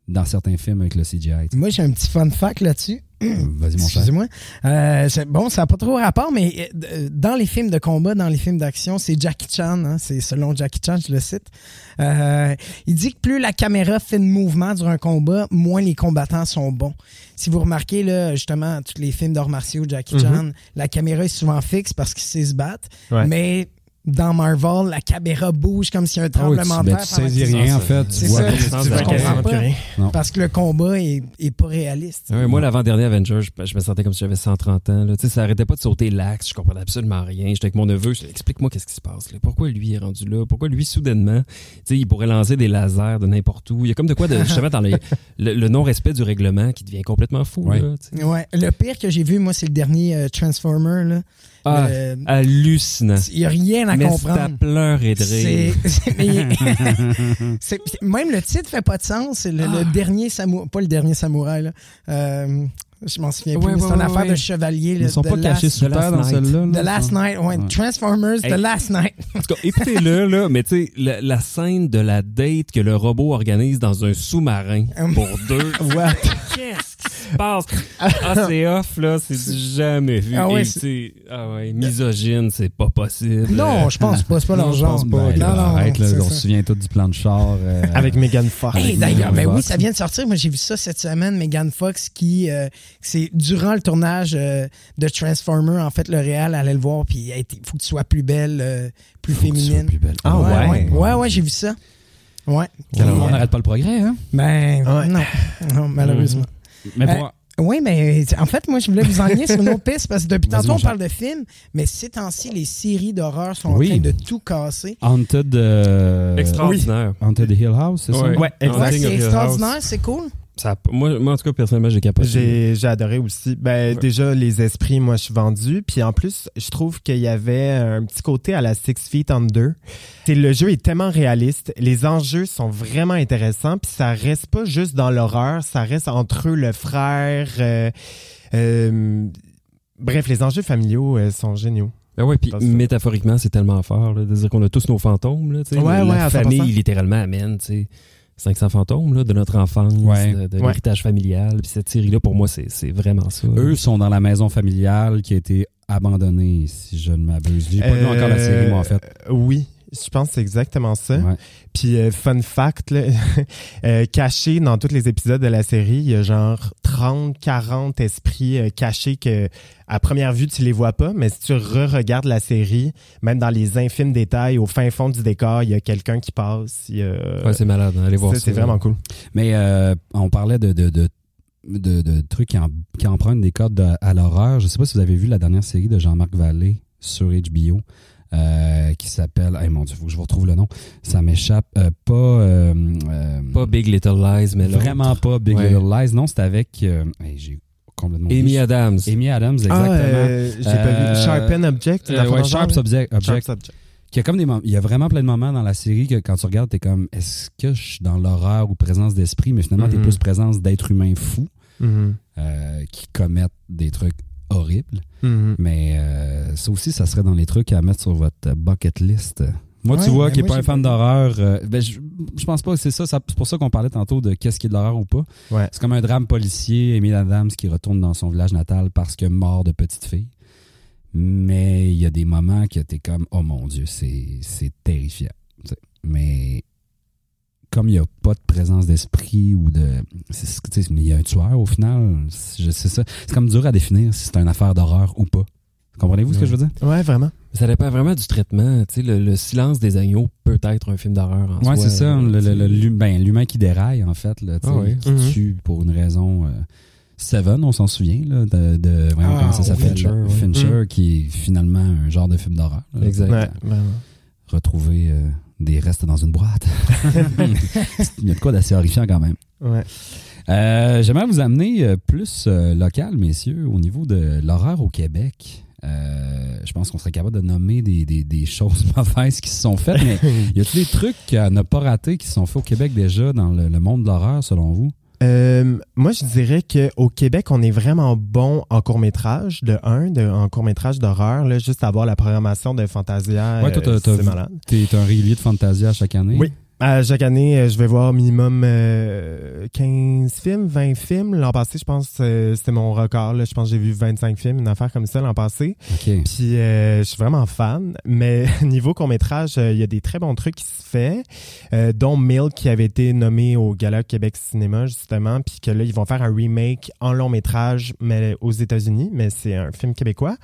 S1: dans certains films avec le CGI. tu sais.
S2: Moi, j'ai un petit fun fact là-dessus.
S1: Vas-y, mon cher.
S2: Excusez-moi. Euh, c'est- bon, ça n'a pas trop rapport, mais euh, dans les films de combat, dans les films d'action, c'est Jackie Chan. hein, c'est selon Jackie Chan, je le cite. Euh, il dit que plus la caméra fait de mouvement durant un combat, moins les combattants sont bons. Si vous remarquez, là, justement, tous les films d'arts martiaux, Jackie
S1: Mm-hmm.
S2: Chan, la caméra est souvent fixe parce qu'il sait se battre.
S3: Ouais.
S2: Mais dans Marvel, la caméra bouge comme s'il y a un
S1: Ah oui, tu-
S2: tremblement de
S1: ben,
S2: terre.
S1: tu
S2: pendant
S1: saisis
S2: qu'ils
S1: rien,
S2: sont-
S1: en fait. Tu
S2: C'est
S1: vois
S2: ça.
S1: pas.
S2: Tu
S3: Ouais.
S2: comprends pas?
S3: plus rien.
S2: Parce que le combat est, est pas réaliste.
S4: Ah Ouais, moi, l'avant-dernier Avenger, je, je me sentais comme si j'avais 130 ans. Là. Tu sais, Ça arrêtait pas de sauter l'axe. Je comprenais absolument rien. J'étais avec mon neveu. je dis, Explique-moi qu'est-ce qui se passe. Là. Pourquoi lui est rendu là? Pourquoi lui, soudainement, tu sais, il pourrait lancer des lasers de n'importe où? Il y a comme de quoi, de, justement, dans les- le, le non-respect du règlement qui devient complètement fou.
S1: Ouais.
S4: là, tu sais.
S2: Ouais, le pire que j'ai vu, moi, c'est le dernier euh, Transformer. Là.
S4: Ah,
S2: Euh,
S4: hallucinant.
S2: Il n'y a rien à
S4: Mais ça
S2: comprendre.
S4: pleure et de rire.
S2: C'est- c'est- mais il- c'est- même le titre fait pas de sens. C'est
S1: Ah.
S2: le, le dernier samouraï, pas le dernier samouraï. Là. Euh, je m'en souviens plus.
S4: Ouais,
S2: mais c'est
S4: ouais,
S2: une
S4: ouais,
S2: affaire
S4: ouais.
S2: de chevalier.
S1: Ils
S2: là,
S1: ne sont
S2: de
S1: pas
S2: last-
S1: cachés sous
S4: de
S1: terre
S4: last
S1: dans
S4: night.
S1: celle-là. là,
S2: The Last
S1: ça.
S2: Night, ouais,
S1: Ouais.
S2: Transformers, The
S4: Hey.
S2: Last Night.
S4: En tout cas, écoutez-le, là, mais tu sais, la, la scène de la date que le robot organise dans un sous-marin pour deux. Qu'est-ce qui se passe? Ah, c'est off, là, c'est du jamais vu.
S2: Ah
S4: Ah
S2: ouais,
S4: ouais,
S2: c'est-
S4: ah ouais, misogyne, c'est pas possible. Euh,
S2: Non, je pense pas, c'est pas
S1: Non,
S2: leur
S1: je pense
S2: genre.
S1: pas.
S2: non,
S1: là,
S2: non,
S1: arrête, là,
S2: c'est
S1: on
S2: ça.
S1: se souvient tout du plan de char. euh,
S3: Avec Megan Fox.
S2: Hey,
S1: Avec
S2: d'ailleurs,
S1: Megan
S2: ben oui,
S1: Fox.
S2: ça vient de sortir. Moi, j'ai vu ça cette semaine, Megan Fox, qui, euh, c'est durant le tournage euh, de Transformer, en fait, le réel allait le voir, puis il faut que tu sois plus belle, euh, plus
S1: faut que tu sois
S2: féminine.
S1: plus belle.
S3: Ah
S2: ouais, ouais,
S3: ouais.
S2: ouais, ouais, j'ai vu ça. Ouais. euh,
S1: On n'arrête pas le progrès, hein?
S2: Ben,
S3: Ouais.
S2: non, non,
S1: Mm-hmm.
S2: malheureusement.
S1: Mais
S2: pour- Oui, mais euh, en fait, moi, je voulais vous emmener sur une autre piste parce que depuis
S1: Vas-y,
S2: tantôt,
S1: mon
S2: on
S1: cher.
S2: parle de films, mais ces temps-ci, les séries d'horreur sont
S1: Oui.
S2: en train de tout casser.
S1: Haunted, euh,
S4: Extraordinaire.
S1: Haunted Hill House, c'est ça?
S3: Ouais, exact.
S2: Ouais,
S4: Haunting of
S2: c'est
S4: Hill
S2: extraordinaire,
S4: House.
S2: c'est cool.
S4: Ça a- moi, moi, en tout cas, personnellement, j'ai capoté.
S3: J'ai j'ai adoré aussi. Ben,
S4: Ouais.
S3: Déjà, les esprits, moi, je suis vendu. Puis en plus, je trouve qu'il y avait un petit côté à la Six Feet Under. C'est- le jeu est tellement réaliste. Les enjeux sont vraiment intéressants. Puis ça reste pas juste dans l'horreur. Ça reste entre eux, le frère. euh, euh, bref, les enjeux familiaux euh, sont géniaux.
S4: Ben ouais, puis
S3: Parce que-
S4: métaphoriquement, c'est tellement fort, là, de dire qu'on a tous nos fantômes, là, tu sais.
S3: Ouais,
S4: la
S3: ouais, à 100%.
S4: famille, littéralement, amène, tu sais, 500 fantômes, là, de notre enfance,
S1: Ouais.
S4: de, de
S3: Ouais.
S4: l'héritage familial. Puis cette série-là, pour moi, c'est c'est vraiment ça.
S1: Eux sont dans la maison familiale qui a été abandonnée, si je ne m'abuse. J'ai pas vu encore la série, moi, en fait.
S3: Euh, Oui, je pense que c'est exactement ça.
S1: Ouais.
S3: Puis, euh, fun fact, là, euh, caché dans tous les épisodes de la série, il y a genre 30, 40 esprits euh, cachés que, à première vue, tu les vois pas, mais si tu re-regardes la série, même dans les infimes détails, au fin fond du décor, il y a quelqu'un qui passe. il y a-
S4: Ouais, c'est malade, hein, allez voir
S3: Ça,
S4: ça.
S3: c'est vraiment cool.
S1: Mais euh, on parlait de, de, de, de- de trucs qui, en- qui empruntent des codes de- à l'horreur. Je sais pas si vous avez vu la dernière série de Jean-Marc Vallée sur HBO euh, qui s'appelle. Eh mon Dieu, faut que je vous retrouve le nom. Ça m'échappe. Euh, pas. euh, euh,
S4: Pas Big Little Lies, mais là.
S1: vraiment pas Big
S4: Ouais.
S1: Little Lies. Non, c'était avec. euh, hey, J'ai complètement. oublié.
S4: Amy Adams.
S1: Amy Adams, exactement.
S3: Ah, euh, j'ai pas
S1: Euh,
S3: vu. Sharpen Object.
S1: Euh,
S3: dans
S1: ouais,
S3: le genre,
S1: Sharp
S3: là?
S1: Subject.
S3: Sharp
S1: Object.
S3: Subject.
S1: Il y, a comme des mom- il y a vraiment plein de moments dans la série que quand tu regardes, t'es comme est-ce que je suis dans l'horreur ou présence d'esprit, mais finalement,
S4: Mm-hmm.
S1: t'es
S3: Mhm.
S1: plus présence d'êtres humains fous
S3: Mhm.
S1: euh, qui commettent des trucs horribles.
S3: Mhm.
S1: Mais euh, ça aussi, ça serait dans les trucs à mettre sur votre bucket list. Moi,
S2: Ouais,
S1: tu vois,
S2: mais
S1: qui est
S2: moi,
S1: pas un
S2: j'ai
S1: fan
S2: pas-
S1: d'horreur, euh, ben, je, je pense pas que c'est ça. ça- c'est pour ça qu'on parlait tantôt de qu'est-ce qui est de l'horreur ou pas.
S3: Ouais.
S1: C'est comme un drame policier, Emile Adams qui retourne dans son village natal parce que mort de petite fille. Mais il y a des moments que t'es comme, oh mon Dieu, c'est c'est terrifiant. tu sais. Mais comme il n'y a pas de présence d'esprit ou de. c'est ce que- tu sais, Il y a un tueur au final. C'est je- c'est ça. C'est comme dur à définir si c'est une affaire d'horreur ou pas. Comprenez-vous ce que
S4: Ouais.
S1: je veux dire?
S3: Ouais, vraiment.
S4: Ça dépend vraiment du traitement. Tu sais, le, le silence des agneaux peut être un film d'horreur en
S1: Ouais,
S4: soi,
S1: c'est ça.
S4: là,
S1: le-
S4: tu sais.
S1: le- le- l'hu- euh, ben, L'humain qui déraille, en fait, là, tu sais,
S4: Ah ouais.
S1: qui
S3: Mhm.
S1: tue pour une raison. euh, Seven, on s'en souvient, là, de, de- voyons,
S2: Ah,
S1: comment ça s'appelle,
S4: Fincher,
S1: là,
S4: ouais.
S1: Fincher, qui est finalement un genre de film d'horreur. là.
S4: Exact.
S3: Ouais, vraiment.
S1: Retrouver euh, des restes dans une boîte. Il y a de quoi d'assez horrifiant quand même.
S3: Ouais.
S1: Euh, J'aimerais vous amener euh, plus euh, local, messieurs, au niveau de l'horreur au Québec. Euh, je pense qu'on serait capable de nommer des, des- des choses mauvaises qui se sont faites, mais y a-t-il des trucs à ne pas rater qui se sont faits au Québec déjà dans le, le monde de l'horreur, selon vous?
S3: Euh, moi, je dirais qu'au Québec, on est vraiment bon en court-métrage, de un, de, en court-métrage d'horreur, là, juste avoir la programmation de Fantasia.
S1: Ouais, toi, t'as-
S3: euh,
S1: t'as
S3: c'est
S1: vu-
S3: malade.
S1: T'es un régulier de Fantasia chaque année.
S3: Oui. À chaque année, euh, je vais voir minimum euh, 15 films, 20 films. L'an passé, je pense euh, c'était mon record. là. Je pense que j'ai vu 25 films, une affaire comme ça l'an passé.
S1: OK.
S3: Puis euh, je suis vraiment fan. Mais niveau court-métrage, euh, il y a des très bons trucs qui se fait, euh, dont Milk qui avait été nommé au Gala Québec Cinéma, justement. Puis que là, ils vont faire un remake en long-métrage, mais aux États-Unis. Mais c'est un film québécois.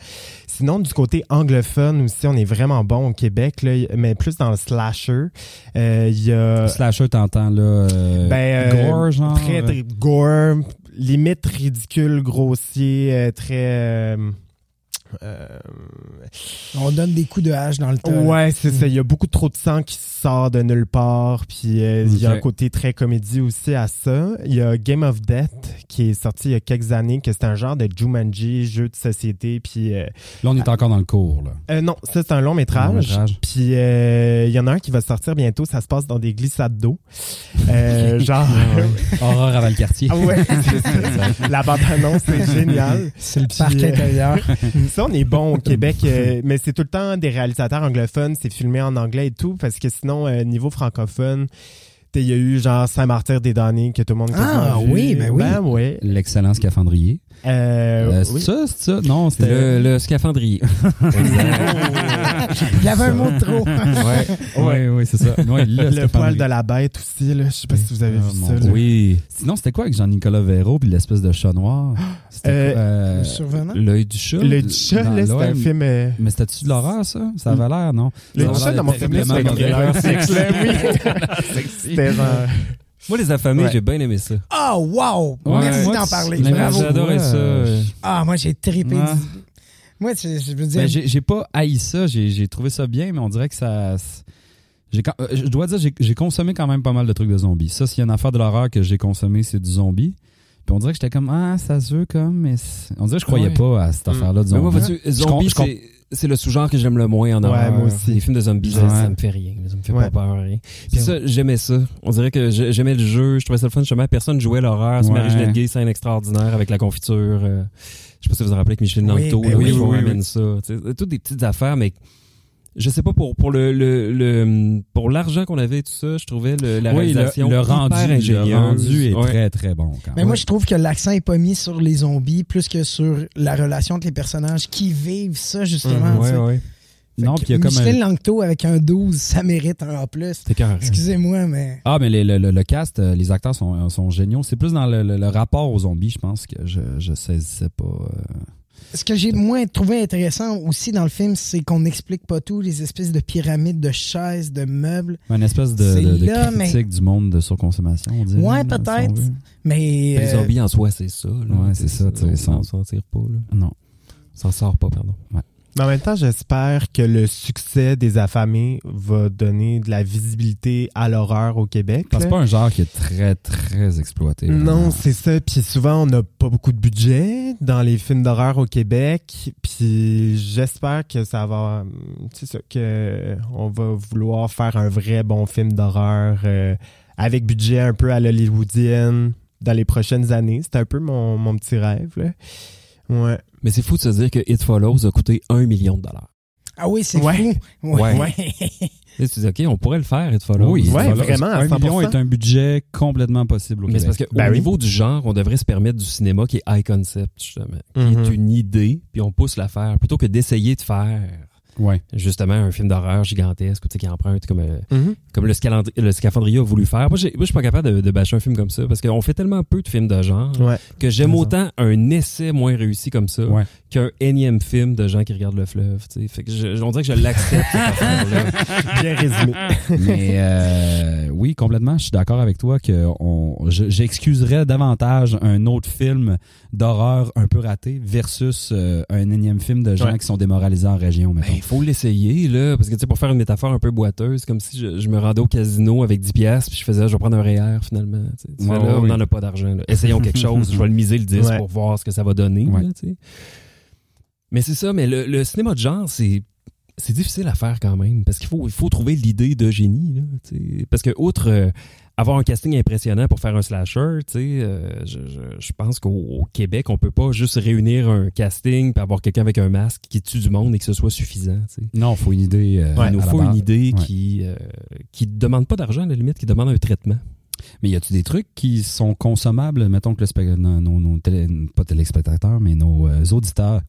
S3: Sinon, du côté anglophone aussi, on est vraiment bon au Québec, là, mais plus dans le slasher. Euh, Il y a...
S1: Slasher, t'entends, là. euh,
S3: Ben, euh,
S1: gore, genre.
S3: Très, très gore, limite ridicule, grossier, euh, très... euh, euh,
S2: On donne des coups de hache dans le tas. là.
S3: ouais, c'est
S1: Mm.
S3: ça. Il y a beaucoup trop de sang qui sort de nulle part. Puis euh, il y a
S1: Ok.
S3: un côté très comédie aussi à ça. Il y a Game of Death qui est sorti il y a quelques années, que c'est un genre de Jumanji, jeu de société. Puis euh,
S1: Là, on est encore dans le cours, là.
S3: euh, non, ça c'est un long
S1: Un long
S3: métrage.
S1: métrage.
S3: Puis euh, il y en a un qui va sortir bientôt. Ça se passe dans des glissades d'eau. Euh, genre.
S1: Ah Horreur avant le quartier.
S3: Ah ouais, c'est ça. La bande-annonce, c'est génial.
S2: C'est le
S3: Puis,
S2: parc
S3: euh,
S2: intérieur.
S3: Ça, on est bon au Québec, euh, mais c'est tout le temps des réalisateurs anglophones, c'est filmé en anglais et tout, parce que sinon, euh, niveau francophone, t'sais, il y a eu genre Saint-Martyr des damnés que tout le monde a
S2: Ah,
S3: quasiment vu.
S2: oui, ben oui.
S3: Ben ouais.
S1: L'excellent scaphandrier.
S3: Euh,
S1: Euh, c'est
S3: oui.
S1: ça, c'est ça? Non, c'était.
S4: Le, le scaphandrier.
S2: Il y avait un mot de trop.
S1: Oui, oui, c'est ça. Ouais, le
S3: Le poil
S1: scaphandrier.
S3: de la bête aussi, là. Je sais pas si vous avez
S1: Ah,
S3: vu
S1: mon
S3: ça.
S1: Dieu.
S3: là.
S4: Oui.
S1: Sinon, c'était quoi avec Jean-Nicolas Véro puis l'espèce de chat noir? C'était
S3: Euh,
S1: quoi, euh,
S2: Le survenant.
S4: L'œil du chat.
S3: Le chat,
S1: dans
S3: là, c'est
S1: l'OM.
S3: un film. euh,
S1: Mais c'était-tu de l'horreur, ça? Ça avait l'air, non?
S3: Le
S1: Ça avait
S3: chat
S1: l'air
S3: dans mon film,
S1: terriblement
S3: c'est un
S1: mauvais.
S3: thriller sexe, là, oui. C'était euh, genre.
S4: Moi, les affamés,
S3: Ouais.
S4: j'ai bien aimé ça.
S2: Ah, wow!
S1: Ouais.
S2: Merci
S1: Moi,
S2: d'en
S1: tu-
S2: parler.
S1: mais
S2: Bravo.
S1: j'ai adoré
S4: j'adorais ça.
S1: Ouais.
S2: Ah, moi, j'ai trippé.
S1: Ah.
S2: Moi, je, je veux dire,
S1: Ben, j'ai j'ai pas haï ça, j'ai j'ai trouvé ça bien, mais on dirait que ça. c'est- j'ai quand- euh, Je dois dire, j'ai- j'ai consommé quand même pas mal de trucs de zombies. Ça, s'il y a une affaire de l'horreur que j'ai consommé, c'est du zombie. Puis on dirait que j'étais comme, ah, ça se veut comme, mais. c'est- On dirait que je croyais
S4: Ouais. Mm.
S1: pas à cette affaire-là de
S4: Mais
S1: zombie.
S4: moi, vois-tu, zombie,
S1: je com-
S4: c'est- c'est le sous-genre que j'aime le moins en
S3: Ouais,
S4: horreur.
S3: moi aussi.
S4: Les films de zombies, ça,
S1: Ouais.
S4: ça me fait rien. Ça me fait
S3: Ouais.
S4: pas peur, rien.
S1: C'est
S4: Puis ça, j'aimais ça. On dirait que j'ai- j'aimais le jeu. Je trouvais ça le fun. Justement, personne jouait l'horreur. C'est
S1: Ouais.
S4: Marie-Jeanette Gay, scène extraordinaire avec la confiture. euh, je sais pas si vous vous rappelez que Michel
S2: Oui,
S4: Nanto,
S2: ben
S4: là, où
S1: oui,
S4: ils vous
S1: oui,
S4: ramènent ça. Tu sais, Toutes des petites affaires, mais je sais pas, pour, pour le, le, le- pour l'argent qu'on avait et tout ça, je trouvais le, la
S1: oui,
S4: réalisation
S1: le, le
S4: hyper
S1: rendu, le
S4: ingénieuse.
S1: rendu est
S4: Ouais.
S1: très, très bon quand
S2: mais
S1: même.
S2: moi, je trouve que l'accent est pas mis sur les zombies plus que sur la relation entre les personnages qui vivent ça, justement. tu
S4: Ouais,
S2: sais.
S4: ouais.
S1: non,
S2: Fait
S1: puis
S2: que
S1: il y a comme un-
S2: Micheline Langto avec un 12, ça mérite un A+.
S4: C'était carré.
S2: Excusez-moi, mais...
S1: Ah, mais les- le, le- le cast, euh, les acteurs sont, euh, sont géniaux. C'est plus dans le, le- le rapport aux zombies, je pense, que je, je saisissais pas. euh,
S2: Ce que j'ai moins trouvé intéressant aussi dans le film, c'est qu'on n'explique pas tout, les espèces de pyramides, de chaises, de meubles.
S1: Une espèce de,
S2: C'est
S1: de- de
S2: là,
S1: critique du monde de surconsommation, on dirait. là,
S2: Ouais,
S1: si
S2: peut-être.
S1: on veut.
S2: Mais...
S4: Les
S2: euh,
S4: zombies en soi, c'est ça. là.
S1: Ouais, c'est ça, tu sais, sans-
S4: On s'en tire pas. Là.
S1: Non.
S4: On s'en sort pas, pardon.
S3: Mais en même temps, j'espère que le succès des affamés va donner de la visibilité à l'horreur au Québec.
S1: Parce que
S3: là.
S1: C'est pas un genre qui est très, très exploité.
S3: Non,
S1: vraiment.
S3: c'est ça. Puis souvent, on n'a pas beaucoup de budget dans les films d'horreur au Québec. Puis j'espère que ça va. C'est ça, que on va vouloir faire un vrai bon film d'horreur euh, avec budget un peu à l'hollywoodienne dans les prochaines années. C'est un peu mon, mon petit rêve. Là. Ouais.
S4: Mais c'est fou de se dire que It Follows a coûté un million de dollars.
S2: Ah oui, c'est
S3: Ouais.
S2: fou. Ouais.
S4: Ouais. Et tu te dis, OK, on pourrait le faire, It Follows.
S1: Oui,
S3: Ouais,
S1: voilà.
S3: vraiment, à
S1: Un million
S3: 100%.
S1: est un budget complètement possible au
S4: Mais c'est parce
S1: Québec.
S4: qu'au
S3: Ben oui.
S4: niveau du genre, on devrait se permettre du cinéma qui est high concept, justement.
S3: Mhm.
S4: C'est une idée, puis on pousse l'affaire, plutôt que d'essayer de faire
S1: Ouais.
S4: justement un film d'horreur gigantesque tu sais, qui emprunte comme, euh,
S3: Mhm.
S4: comme le, scalandri- le scaphandrier a voulu faire. Moi, j'ai- moi, je suis pas capable de, de bâcher un film comme ça, parce qu'on fait tellement peu de films de genre
S3: Ouais.
S4: que j'aime autant un essai moins réussi comme ça
S1: Ouais.
S4: qu'un énième film de gens qui regardent le fleuve. tu sais. Fait que je- on dirait que je l'accepte. cette affaire-là.
S3: Bien résumé.
S1: Mais euh, oui, complètement, je suis d'accord avec toi que on- je- j'excuserais davantage un autre film d'horreur un peu raté versus euh, un énième film de gens
S3: Ouais.
S1: qui sont démoralisés en région.
S4: Ben,
S1: mettons.
S4: il faut l'essayer, là. Parce que, tu sais, pour faire une métaphore un peu boiteuse, comme si je, je me rendais au casino avec 10 piastres, puis je faisais, je vais prendre un REER, finalement. tu sais. Tu
S1: Ouais,
S4: fais, là,
S1: ouais,
S4: on n'en
S1: oui.
S4: a pas d'argent, là. Essayons quelque chose. Je vais le miser le 10
S3: Ouais.
S4: pour voir ce que ça va donner,
S1: Ouais.
S4: là, tu sais. Mais c'est ça, mais le, le cinéma de genre, c'est. C'est difficile à faire quand même, parce qu'il faut, il faut trouver l'idée de génie. Là, tu sais. parce que, outre euh, avoir un casting impressionnant pour faire un slasher, tu sais, euh, je, je- je pense qu'au au Québec, on peut pas juste réunir un casting puis avoir quelqu'un avec un masque qui tue du monde et que ce soit suffisant, tu sais.
S1: Non, faut une idée. euh,
S4: Il nous
S1: à la
S4: faut
S1: base.
S4: une idée
S1: Ouais.
S4: qui euh, qui demande pas d'argent à la limite, qui demande un traitement.
S1: Mais y a-tu des trucs qui sont consommables? Mettons que le spect- nos, nos- nos télé- pas téléspectateurs, mais nos euh, auditeurs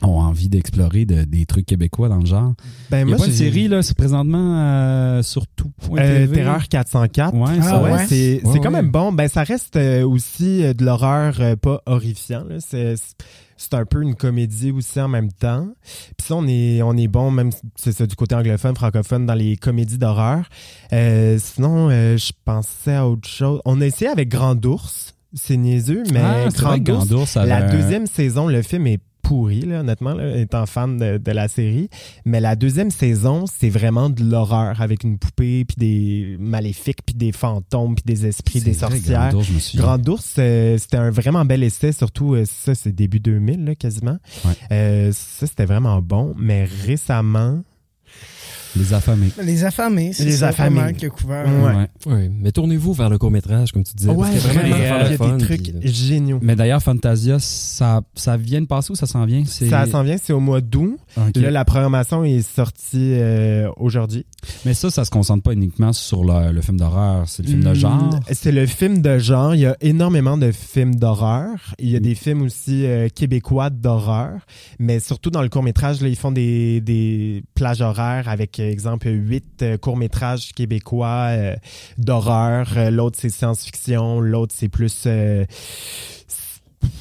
S1: ont envie d'explorer de- des trucs québécois dans le genre.
S3: Ben,
S1: Il y a
S3: moi,
S1: pas une
S3: j'ai-
S1: série, là, c'est présentement euh, sur tout.
S3: Euh, Terreur 404.
S1: Ouais,
S2: Ah
S1: ça,
S3: ouais,
S2: ouais?
S3: c'est
S1: Ouais,
S3: c'est quand
S1: ouais.
S3: même bon. Ben, ça reste euh, aussi euh, de l'horreur euh, pas horrifiant. là. C'est c'est un peu une comédie aussi en même temps. Puis ça, on est, on est bon, même c'est ça, du côté anglophone, francophone, dans les comédies d'horreur. Euh, sinon, euh, je pensais à autre chose. On a essayé avec Grand Ours. C'est niaiseux, mais
S1: Ah, c'est vrai
S3: Grand
S1: que
S3: Ours,
S1: Gandour, ça
S3: la
S1: avait un-
S3: deuxième saison, le film est pourri, là, honnêtement, là, étant fan de, de la série. Mais la deuxième saison, c'est vraiment de l'horreur avec une poupée, puis des maléfiques, puis des fantômes, puis des esprits,
S1: C'est
S3: des
S1: vrai,
S3: sorcières.
S1: Gandour, je me suis...
S3: Grand ours, euh, c'était un vraiment bel essai, surtout euh, ça, c'est début 2000 là, quasiment.
S1: Ouais.
S3: Euh, ça, c'était vraiment bon, mais récemment,
S1: Les affamés.
S2: Les affamés, c'est
S3: Les
S2: ça,
S3: affamés.
S2: vraiment, qui a couvert.
S3: Ouais.
S4: Oui, mais tournez-vous vers le court-métrage, comme tu disais. parce qu'il y a vraiment
S3: il
S4: des
S3: y
S4: affaires
S3: a
S4: de
S3: des
S4: fun,
S3: trucs
S1: euh,
S4: puis-
S3: géniaux.
S1: Mais d'ailleurs, Fantasia, ça, ça vient de passer ou ça s'en vient? C'est-
S3: Ça s'en vient, c'est au mois d'août.
S1: Ok.
S3: Là, la programmation est sortie euh, aujourd'hui.
S1: Mais ça, ça se concentre pas uniquement sur le, le film d'horreur, c'est le film de genre.
S3: Mm, C'est le film de genre. Il y a énormément de films d'horreur. Il y
S1: Mm.
S3: a des films aussi euh, québécois d'horreur. Mais surtout dans le court-métrage, là, ils font des, des plages horaires avec, euh, exemple, huit euh, courts-métrages québécois euh, d'horreur. Euh, L'autre, c'est science-fiction. L'autre, c'est plus... euh,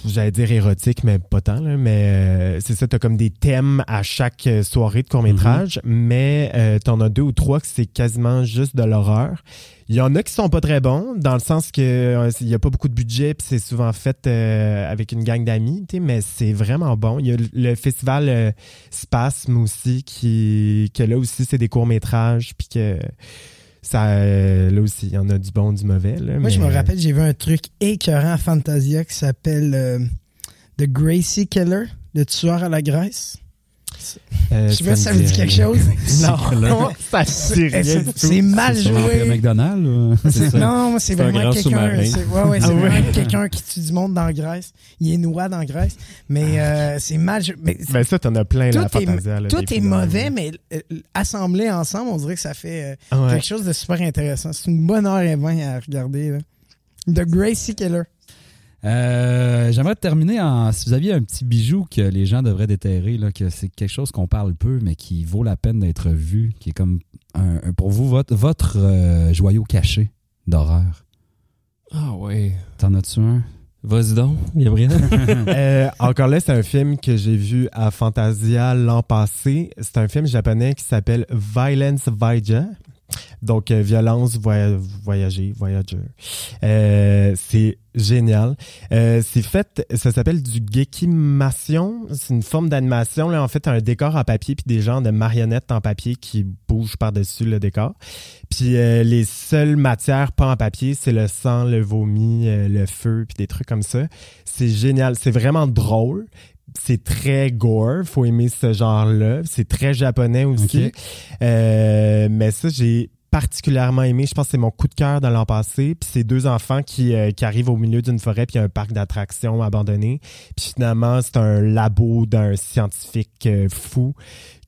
S3: J'allais dire érotique, mais pas tant. là. Mais euh, c'est ça, t'as comme des thèmes à chaque euh, soirée de court-métrage, mais euh, t'en as deux ou trois que c'est quasiment juste de l'horreur. Il y en a qui sont pas très bons, dans le sens que euh, il y a pas beaucoup de budget, puis c'est souvent fait euh, avec une gang d'amis, tu sais, mais c'est vraiment bon. Il y a le- le festival euh, Spasme aussi, qui que là aussi, c'est des courts-métrages, puis que ça, euh, là aussi, il y en a du bon, du mauvais. là,
S2: Moi, je
S3: mais- euh,
S2: me rappelle, j'ai vu un truc écœurant à Fantasia qui s'appelle euh, The Gracie Killer, le tueur à la Grèce.
S3: Euh,
S2: Je sais pas si ça
S3: me
S2: vous dit quelque
S3: rien.
S2: chose.
S3: Non, ça me dit
S2: Eh,
S3: rien.
S2: C'est c'est mal
S1: C'est sur l'Empire
S2: joué.
S1: McDonald's? ou-
S4: C'est ça.
S2: Non, c'est
S4: C'est un
S2: vraiment
S4: grand
S2: quelqu'un.
S4: sous-marin.
S2: C'est ouais, ouais, c'est
S3: Ah ouais.
S2: vraiment quelqu'un qui tue du monde dans la Grèce. Il est noir dans la Grèce. Mais euh, c'est mal joué. Mais
S3: Ben ça, t'en as plein,
S2: tout
S3: la
S2: est,
S3: Fantasia. là,
S2: tout
S3: des
S2: est
S3: films
S2: mauvais, mais euh, assemblé ensemble, on dirait que ça fait euh,
S3: Ah ouais.
S2: quelque chose de super intéressant. C'est une bonne heure et vingt à regarder. Là. The Gracie Killer.
S1: Euh, J'aimerais terminer en. Si vous aviez un petit bijou que les gens devraient déterrer, là, que c'est quelque chose qu'on parle peu, mais qui vaut la peine d'être vu, qui est comme un- un- pour vous votre, votre euh, joyau caché d'horreur.
S4: Ah ouais.
S1: T'en as-tu un?
S4: Vas-y donc, Gabriel.
S3: Euh, encore là, c'est un film que j'ai vu à Fantasia l'an passé. C'est un film japonais qui s'appelle Violence Vaija. Donc, euh, violence, voya- voyager, voyager. Euh, c'est génial. Euh, c'est fait, ça s'appelle du gekimation. C'est une forme d'animation. Là, en fait, un décor en papier puis des genres de marionnettes en papier qui bougent par-dessus le décor. Puis euh, les seules matières pas en papier, c'est le sang, le vomi, euh, le feu puis des trucs comme ça. C'est génial. C'est vraiment drôle. C'est très gore. Faut aimer ce genre-là. C'est très japonais aussi.
S1: Ok.
S3: Euh, mais ça, j'ai particulièrement aimé. Je pense que c'est mon coup de cœur de l'an passé. Puis c'est deux enfants qui, euh, qui arrivent au milieu d'une forêt, puis il y a un parc d'attractions abandonné. Puis finalement, c'est un labo d'un scientifique euh, fou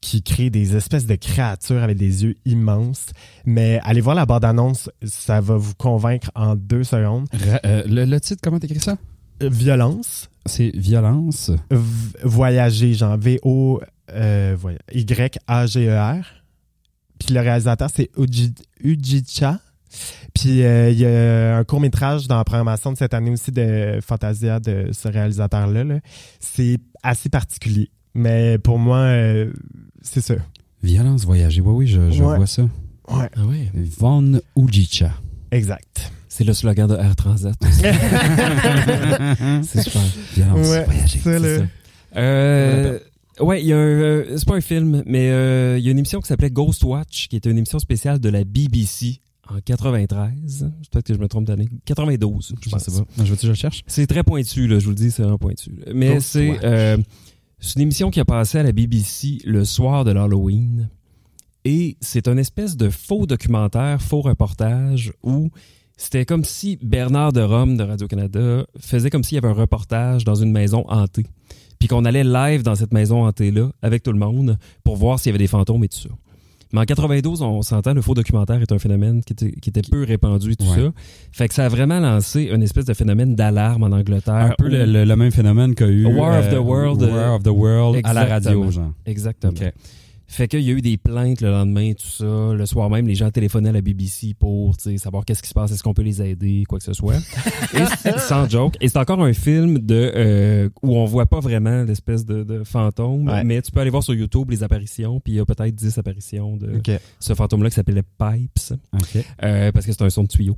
S3: qui crée des espèces de créatures avec des yeux immenses. Mais allez voir la bande-annonce, ça va vous convaincre en deux secondes.
S1: Ra- euh, le, le titre, comment t'écris ça?
S3: Euh, Violence,
S1: C'est violence.
S3: V- voyager, genre V-O euh, voy- Y-A-G-E-R. E Puis le réalisateur, c'est Uji- Ujicha. Puis euh, il y a un court-métrage dans la programmation de cette année aussi de Fantasia de ce réalisateur-là. là. C'est assez particulier. Mais pour moi, euh, c'est ça.
S1: Violence voyager. Oui, oui, je, je
S3: Ouais.
S1: vois ça.
S3: Ouais,
S4: ah ouais.
S1: Von Ujicha.
S3: exact.
S4: C'est le slogan de Air Transat. C'est super.
S1: Violence
S3: Ouais,
S1: voyager.
S3: ça, là.
S4: C'est ça. Euh, ouais, il y a un. euh, c'est pas un film, mais euh, il y a une émission qui s'appelait Ghost Watch, qui était une émission spéciale de la BBC en 93. Peut-être que je me trompe d'année. 92, je
S1: Je
S4: pense.
S1: sais pas. Non, Je veux-tu que je le cherche?
S4: C'est très pointu, là, je vous le dis, c'est vraiment pointu. Mais
S1: Ghost
S4: c'est
S1: Watch.
S4: euh, c'est une émission qui a passé à la BBC le soir de l'Halloween. Et c'est un espèce de faux documentaire, faux reportage où C'était comme si Bernard de Rome de Radio-Canada faisait comme s'il y avait un reportage dans une maison hantée. Puis qu'on allait live dans cette maison hantée-là avec tout le monde pour voir s'il y avait des fantômes et tout ça. Mais en 92, on s'entend, le faux documentaire est un phénomène qui était, qui était peu répandu et tout
S1: Ouais.
S4: ça. Fait que ça a vraiment lancé une espèce de phénomène d'alarme en Angleterre.
S1: Un peu
S4: où-
S1: le, le- le même phénomène qu'a eu
S4: War of the World,
S1: Euh, War
S4: euh,
S1: of the World à la
S4: exactement.
S1: radio, genre.
S4: Exactement.
S1: Ok.
S4: Fait qu'il y a eu des plaintes le lendemain, tout ça. Le soir même, les gens téléphonaient à la BBC pour tu sais, savoir qu'est-ce qui se passe, est-ce qu'on peut les aider, quoi que ce soit. Et c'est- sans joke. Et c'est encore un film de euh, où on voit pas vraiment l'espèce de, de fantôme,
S3: Ouais.
S4: mais tu peux aller voir sur YouTube les apparitions, puis il y a peut-être 10 apparitions de ce fantôme-là qui s'appelait Pipes.
S1: OK.
S4: Euh, parce que c'est un son de tuyau.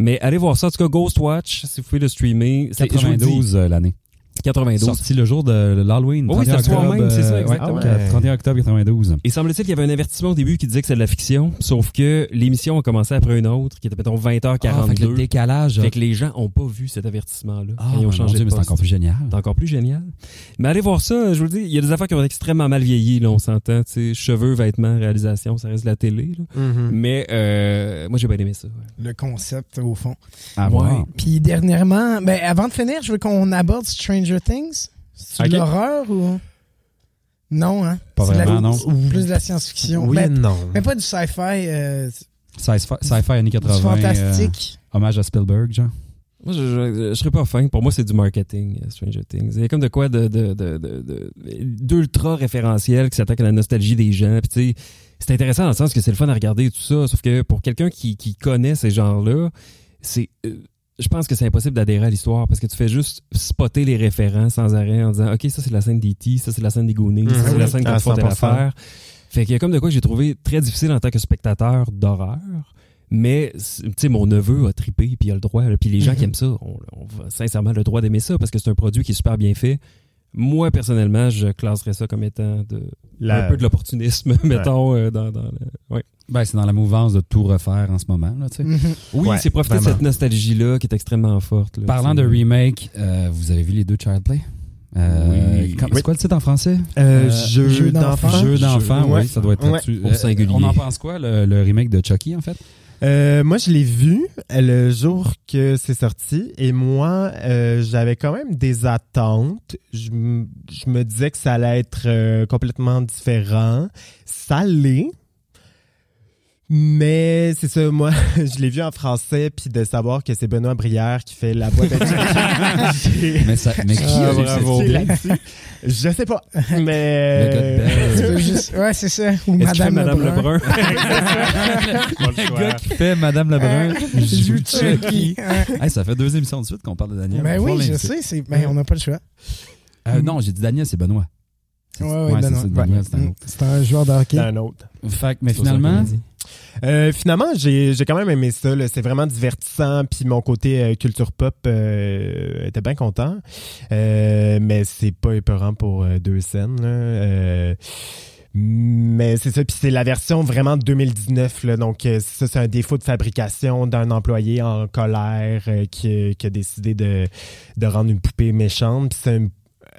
S4: Mais allez voir ça. En tout cas, Ghost Watch, si vous pouvez le streamer. c'est- je vous le dis,
S1: 92 euh, l'année.
S4: 92.
S1: Sorti le jour de l'Halloween.
S4: Oh
S1: 31
S4: oui, c'est le soir
S1: octobre,
S4: même, c'est ça,
S1: euh,
S4: exactement.
S1: ouais, 31 octobre 92.
S4: Et semble-t-il qu'il y avait un avertissement au début qui disait que c'est de la fiction, sauf que l'émission a commencé après une autre, qui était, mettons, 20h42.
S1: Ah, fait que le décalage.
S4: Fait que les gens n'ont pas vu cet avertissement-là.
S1: Ah,
S4: quand ils ont
S1: mon
S4: changé
S1: Dieu,
S4: de
S1: mais c'est
S4: poste.
S1: encore plus génial.
S4: C'est encore plus génial. Mais allez voir ça, je vous le dis, il y a des affaires qui ont extrêmement mal vieilli, là, on s'entend. tu sais, Cheveux, vêtements, réalisation, ça reste de la télé. là.
S1: Hmm.
S2: Mm-hmm.
S4: Mais euh, moi, j'ai bien aimé ça. ouais.
S2: Le concept, au fond.
S1: Ah,
S4: Ouais.
S1: wow.
S2: Puis dernièrement, ben, avant de finir, je veux qu'on aborde Stranger Things. C'est de
S3: Ok.
S2: l'horreur ou. Non, hein?
S1: Pas
S2: C'est de la-
S1: vraiment, non.
S2: Plus de la science-fiction.
S3: Oui
S2: mais,
S3: et non.
S2: mais pas du sci-fi, euh,
S1: Sci-fi sci-fi années
S2: du
S1: 80.
S2: fantastique.
S1: euh, hommage à Spielberg, genre.
S4: Moi, je, je, je serais pas fin. Pour moi, c'est du marketing, euh, Stranger Things. Il y a comme de quoi de, de, de, de- de- d'ultra référentiel qui s'attaque à la nostalgie des gens. Puis, tu sais, c'est intéressant dans le sens que c'est le fun à regarder et tout ça. Sauf que pour quelqu'un qui, qui connaît ces genres-là, c'est. euh, je pense que c'est impossible d'adhérer à l'histoire parce que tu fais juste spotter les référents sans arrêt en disant OK, ça c'est la scène d'E.T., ça c'est la scène des Goonies, ça c'est la scène qu'on
S3: À
S4: te font
S3: 100%.
S4: l'affaire. Fait qu'il y a comme de quoi que j'ai trouvé très difficile en tant que spectateur d'horreur. Mais, c'est- tu sais, mon neveu a trippé, puis il a le droit. là. Puis les gens
S2: Mhm.
S4: qui aiment ça, on, on a sincèrement le droit d'aimer ça parce que c'est un produit qui est super bien fait. Moi, personnellement, je classerais ça comme étant de,
S3: La-
S4: un peu de l'opportunisme, mettons. euh, dans, dans le- ouais.
S1: Ben, c'est dans la mouvance de tout refaire en ce moment, là, tu sais.
S4: Mm.
S2: Mhm.
S4: Oui,
S3: Ouais,
S4: c'est profiter de
S3: vraiment.
S4: cette nostalgie-là qui est extrêmement forte. là.
S1: Parlant
S4: C'est-
S1: de remake, euh, vous avez vu les deux Child Play? Euh,
S4: Oui.
S1: comme- C'est quoi le titre en français?
S3: Euh,
S1: Euh,
S3: jeu,
S2: jeu
S3: d'enfant.
S2: d'enfant.
S1: Jeu d'enfant,
S3: Ouais.
S1: oui, ça doit être
S3: Ouais.
S1: là-dessus. Euh,
S4: Au singulier.
S1: On en pense quoi, le, le remake de Chucky, en fait?
S3: Euh, moi, je l'ai vu euh, le jour que c'est sorti et moi, euh, j'avais quand même des attentes. Je, m- je me disais que ça allait être euh, complètement différent. Ça l'est. Mais c'est ça, moi, je l'ai vu en français, puis de savoir que c'est Benoît Brière qui fait la voix de
S1: Ah,
S3: Chucky.
S1: Mais, ça, mais qui
S3: Ah,
S1: a eu cette
S3: bravo.
S1: idée?
S3: Je sais pas,
S1: Le gars
S3: mais... euh,
S1: de Belle.
S2: Tu veux juste- Ouais, c'est ça. Ou
S4: Est-ce qu'il fait
S2: Madame,
S4: Madame
S2: Lebrun.
S4: Lebrun?
S1: le gars qui fait Madame
S4: Euh,
S2: Euh,
S1: Lebrun joue Chucky. Hey, ça fait deux émissions de suite qu'on parle de Daniel.
S2: Ben
S1: On va
S2: oui, je
S1: l'inviter.
S2: sais. c'est- Ben, on n'a pas le choix.
S1: Euh, non, j'ai dit Daniel, c'est Benoît.
S2: Ouais, ouais, Benoît.
S1: c'est Daniel, c'est un
S2: Mm. C'est un joueur de hockey.
S3: D'un autre.
S1: autre. Fait que- mais finalement,
S3: Euh, finalement, j'ai j'ai quand même aimé ça. là. C'est vraiment divertissant. Puis mon côté euh, culture pop euh, était bien content. Euh, mais c'est pas épeurant pour euh, deux scènes. là. Euh, mais c'est ça. Puis c'est la version vraiment 2019. là. donc euh, ça, c'est un défaut de fabrication d'un employé en colère euh, qui, qui a décidé de, de rendre une poupée méchante. Puis c'est un-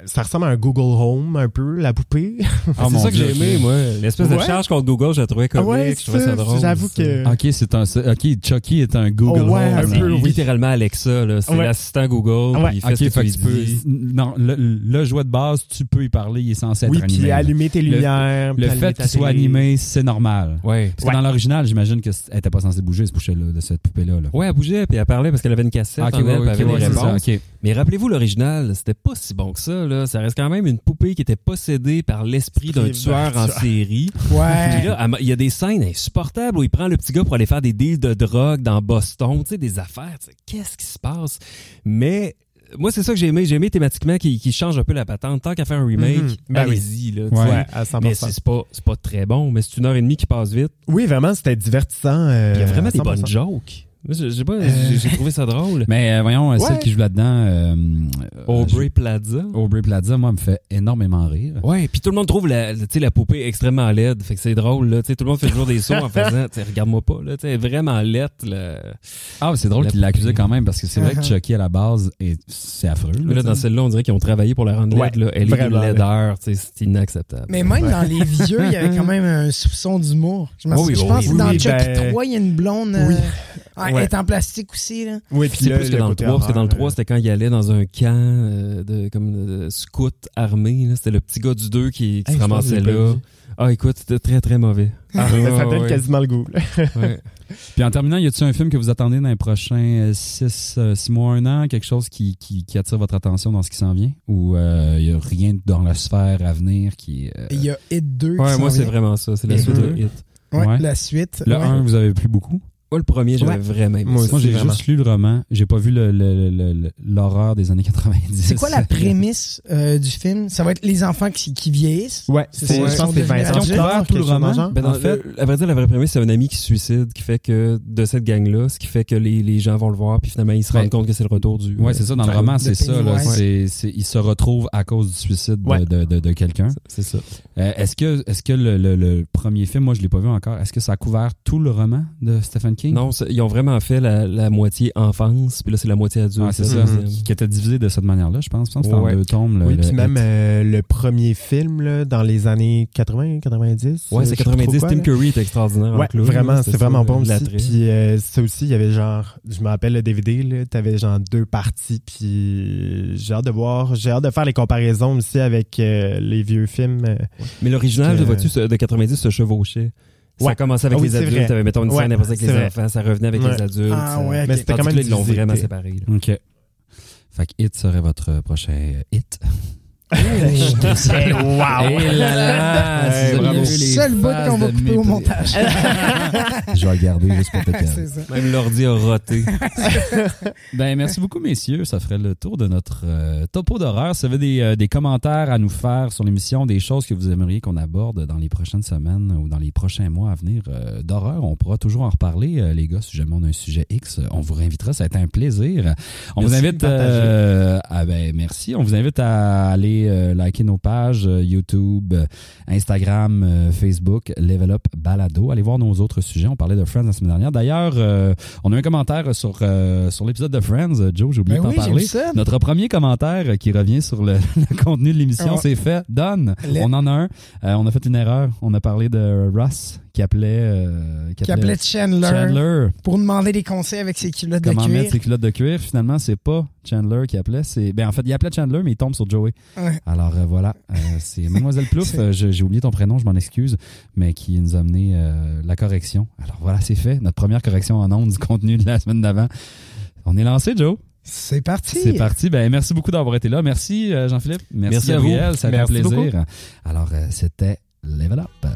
S3: ça ressemble à un Google Home un peu, la poupée.
S1: Ah,
S4: c'est
S1: mon
S4: ça que
S1: Dieu.
S4: j'ai aimé, moi. L'espèce de
S3: Ouais.
S4: charge contre Google, je la trouvais comique. je trouvais Ah ça
S3: ça,
S4: drôle.
S3: J'avoue
S4: ça.
S3: que...
S1: Ok, c'est un. c'est- Ok, Chucky est un Google
S3: Oh, ouais,
S1: Home.
S3: un
S4: C'est
S3: peu, oui.
S4: littéralement Alexa, là. C'est
S3: Ouais.
S4: l'assistant Google.
S3: Ouais.
S4: puis il fait
S1: Ok,
S4: ce
S1: fait
S4: que tu
S1: que
S4: lui
S1: tu peux.
S4: dis.
S1: Non, le, le jouet de base, tu peux y parler, il est censé être
S3: Oui,
S1: animé.
S3: puis allumer tes
S1: Le-
S3: lumières. puis
S1: Le
S3: allumer
S1: fait
S3: ta
S1: qu'il soit
S3: télé.
S1: animé, c'est normal.
S4: Ouais.
S1: Parce
S3: Ouais.
S1: que dans l'original, j'imagine qu'elle n'était pas censée bouger, ce poupée-là, de cette poupée-là. là.
S4: Ouais, elle bougeait, puis elle parlait parce qu'elle avait une cassette.
S1: Ah, ok,
S4: en elle,
S1: ouais,
S4: puis elle
S1: ok,
S4: avait des
S1: ouais, c'est ça,
S4: réponses.
S1: ok.
S4: Mais rappelez-vous l'original, c'était pas si bon que ça, là. Ça reste quand même une poupée qui était possédée par l'esprit d'un
S3: Esprit
S4: tueur en
S3: tueur.
S4: série. Puis
S2: Ouais.
S4: là, elle m'a- il y a des scènes insupportables où il prend le petit gars pour aller faire des deals de drogue dans Boston, tu sais, des affaires, tu sais, qu'est-ce qui se passe? Mais moi, c'est ça que j'ai aimé. J'ai aimé thématiquement qui, change un peu la patente. Tant qu'à faire un remake,
S3: Mhm. Ben oui.
S4: allez-y, là, tu
S3: Ouais,
S4: sais.
S3: à 100%.
S4: Mais c'est c'est pas, c'est pas très bon, mais c'est une heure et demie qui passe vite.
S3: Oui, vraiment, c'était divertissant. euh,
S4: Il y a vraiment des
S3: 100%.
S4: bonnes jokes. Moi, je- je sais pas, j'ai- j'ai trouvé ça drôle.
S1: Mais euh, voyons, euh, celle
S3: Ouais.
S1: qui joue là-dedans, euh, euh,
S4: Aubrey Plaza.
S1: je- Aubrey Plaza, moi, me fait énormément rire.
S4: Ouais, puis tout le monde trouve la, la- tu sais, la poupée extrêmement laide. Fait que c'est drôle, là. Tu sais, Tout le monde fait toujours des sons en faisant, tu sais, regarde-moi pas, là. tu sais, vraiment laide, là.
S1: Ah, c'est drôle
S4: La
S1: qu'il l'accusait
S4: poupée.
S1: quand même, parce que c'est vrai que
S2: Uh-huh.
S1: Chucky, à la base, est- c'est affreux. là,
S4: Mais là,
S1: tu
S4: dans
S1: sais.
S4: celle-là, on dirait qu'ils ont travaillé pour la rendre laide.
S3: Ouais,
S4: là. Elle est une
S3: vraiment,
S4: laideur, tu sais, c'est inacceptable.
S2: Mais même dans les vieux, il y avait quand même un soupçon d'humour. Je, m'en
S4: Oui,
S2: sou- je
S4: oui,
S2: pense
S4: oui.
S2: que dans
S3: Oui,
S2: Chucky
S3: ben-
S2: 3, il y a une blonde. euh,
S3: Oui.
S2: Ah,
S3: Ouais.
S2: Elle est en plastique aussi. Là.
S3: Oui, puis
S4: C'est
S3: là,
S4: plus que dans le euh. 3, parce que dans le 3, c'était quand il allait dans un camp euh, de, comme de scout armé. là. C'était le petit gars du 2 qui, qui se ramassait là. Ah, écoute, c'était très, très mauvais.
S3: Ah,
S4: Ouais,
S3: ça donne
S4: ouais,
S3: quasiment le goût. là.
S4: ouais.
S1: Puis en terminant, y a-t-il un film que vous attendez dans les prochains euh, 6 mois, 1 an, quelque chose qui, qui, qui attire votre attention dans ce qui s'en vient? Ou euh, y a rien dans la sphère à venir qui. euh,
S2: Il y a Hit 2. qui
S4: Ouais,
S2: s'en
S4: moi, c'est
S2: vient.
S4: vraiment ça. C'est la
S2: Mhm.
S4: suite de Hit.
S2: Ouais,
S1: Ouais.
S2: La suite.
S1: Le
S2: ouais.
S1: 1, vous avez plus beaucoup?
S4: Moi, le premier, j'avais vraiment aimé
S3: Moi
S4: ça.
S1: Moi, j'ai
S3: vraiment.
S1: juste lu le roman. J'ai pas vu le- le- le- le- l'horreur des années 90.
S2: C'est quoi la prémisse euh, du film? Ça va être les enfants qui, qui vieillissent.
S3: Ouais,
S2: C'est-
S3: c'est- je
S2: ils
S3: pense
S2: sont
S3: que c'est
S2: devenus
S3: 20 ans.
S2: adultes.
S3: plus tard,
S1: Ils ont couvert tout le
S3: quelque chose dans
S1: roman.
S3: genre.
S4: Ben,
S3: En
S4: dans le fait, à vrai dire, la vraie prémisse, c'est un ami qui se suicide, qui fait que de cette gang-là, ce qui fait que les, les gens vont le voir, puis finalement, ils se
S1: Ouais.
S4: rendent compte que c'est le retour du.
S1: Ouais, c'est ça. Dans le
S4: Ouais.
S1: roman, c'est
S2: de
S1: ça. Là,
S2: Pennywise.
S1: c'est, c'est- il se retrouve à cause du suicide de,
S3: Ouais.
S1: de- de- de quelqu'un.
S4: C'est ça.
S1: Euh, est-ce que, est-ce que le, le- le premier film, moi, je l'ai pas vu encore, est-ce que ça a couvert tout le roman de Stephen King?
S4: Non, c'est- ils ont vraiment fait la, la moitié enfance, puis là, c'est la moitié adulte.
S1: Ah, c'est
S4: là,
S1: ça.
S4: le deuxième.
S1: Qui était divisé de cette manière-là, je pense. Je pense que c'est
S4: Ouais.
S1: en deux tomes. le-
S3: Oui,
S1: le-
S3: puis même euh, le premier film là, dans les années 80, 90.
S4: Ouais,
S3: euh,
S4: c'est
S3: je sais pas trop
S4: 90.
S3: quoi,
S4: Tim
S3: là.
S4: Curry est extraordinaire. en
S3: Ouais,
S4: clown, là,
S3: vraiment,
S4: c'était
S3: c'est vraiment
S4: ça, euh,
S3: bon aussi.
S4: l'attrait.
S3: Puis euh, ça aussi, il y avait genre, je me rappelle le DVD, là, t'avais genre deux parties, puis euh, j'ai hâte de voir, j'ai hâte de faire les comparaisons aussi avec euh, les vieux films. euh.
S4: Mais l'original,
S3: Que-
S4: vois-tu, ce- de 90 se chevauchait. Ça
S3: Ouais.
S4: commençait avec
S3: Ah oui,
S4: les
S3: c'est
S4: adultes,
S3: vrai.
S4: t'avais mettons une
S3: Ouais,
S4: scène après ça avec les
S3: c'est vrai.
S4: enfants, ça revenait avec
S3: Ouais.
S4: les adultes.
S2: Ah,
S4: ça-
S2: ouais, ok.
S3: Mais
S4: Tandis
S3: c'était quand
S4: que
S3: même
S4: là, ils l'ont
S3: divisé,
S4: vraiment
S3: t'sais.
S4: séparé. là.
S3: euh,
S1: OK. Fait que Hit serait votre prochain Hit.
S3: Eh, wow!
S1: là,
S3: si
S2: le
S3: vous bravo.
S2: seul bout qu'on va couper au montage.
S1: Je vais le garder juste pour te
S2: C'est
S1: calmer.
S2: ça.
S4: Même l'ordi a roté.
S1: Ben, merci beaucoup, messieurs. Ça ferait le tour de notre euh, topo d'horreur. Si vous avez des, euh, des commentaires à nous faire sur l'émission, des choses que vous aimeriez qu'on aborde dans les prochaines semaines ou dans les prochains mois à venir euh, d'horreur, on pourra toujours en reparler, euh, les gars. Si jamais on a un sujet X, euh, on vous réinvitera. Ça a été un plaisir. On
S3: Merci
S1: vous invite.
S3: de partager.
S1: euh, ah ben, merci. On vous invite à aller euh, liker nos pages euh, YouTube, euh, Instagram, euh, Facebook, Level Up Balado. Allez voir nos autres sujets. On parlait de Friends la semaine dernière. D'ailleurs, euh, on a un commentaire sur, euh, sur l'épisode de Friends. Euh, Joe, j'ai oublié
S2: Ben
S1: de
S2: oui,
S1: t'en
S2: j'ai
S1: parler.
S2: vu ça.
S1: Notre premier commentaire euh, qui revient sur le, le contenu de l'émission,
S2: Ouais.
S1: c'est fait. Done.
S2: Le-
S1: On en a un. Euh, on a fait une erreur. On a parlé de Russ qui appelait, euh,
S2: Qui appelait Chandler,
S1: Chandler
S2: pour demander des conseils avec ses kilos de
S1: comment
S2: cuir.
S1: mettre ses culottes de cuir. Finalement, c'est pas Chandler qui appelait. C'est ben en fait, il appelait Chandler, mais il tombe sur Joey.
S2: Ouais.
S1: Alors euh, voilà, Euh, c'est Mademoiselle Plouf. euh, je- J'ai oublié ton prénom, je m'en excuse, mais qui nous a amené euh, la correction. Alors voilà, c'est fait. Notre première correction en ondes du contenu de la semaine d'avant. On est lancé, Joe.
S2: C'est parti.
S1: C'est parti. Ben, merci beaucoup d'avoir été là. Merci, euh, Jean-Philippe. Merci,
S4: Merci à
S1: Gabriel. Ça a été un
S4: Merci
S1: plaisir. Alors, euh, c'était Level Up.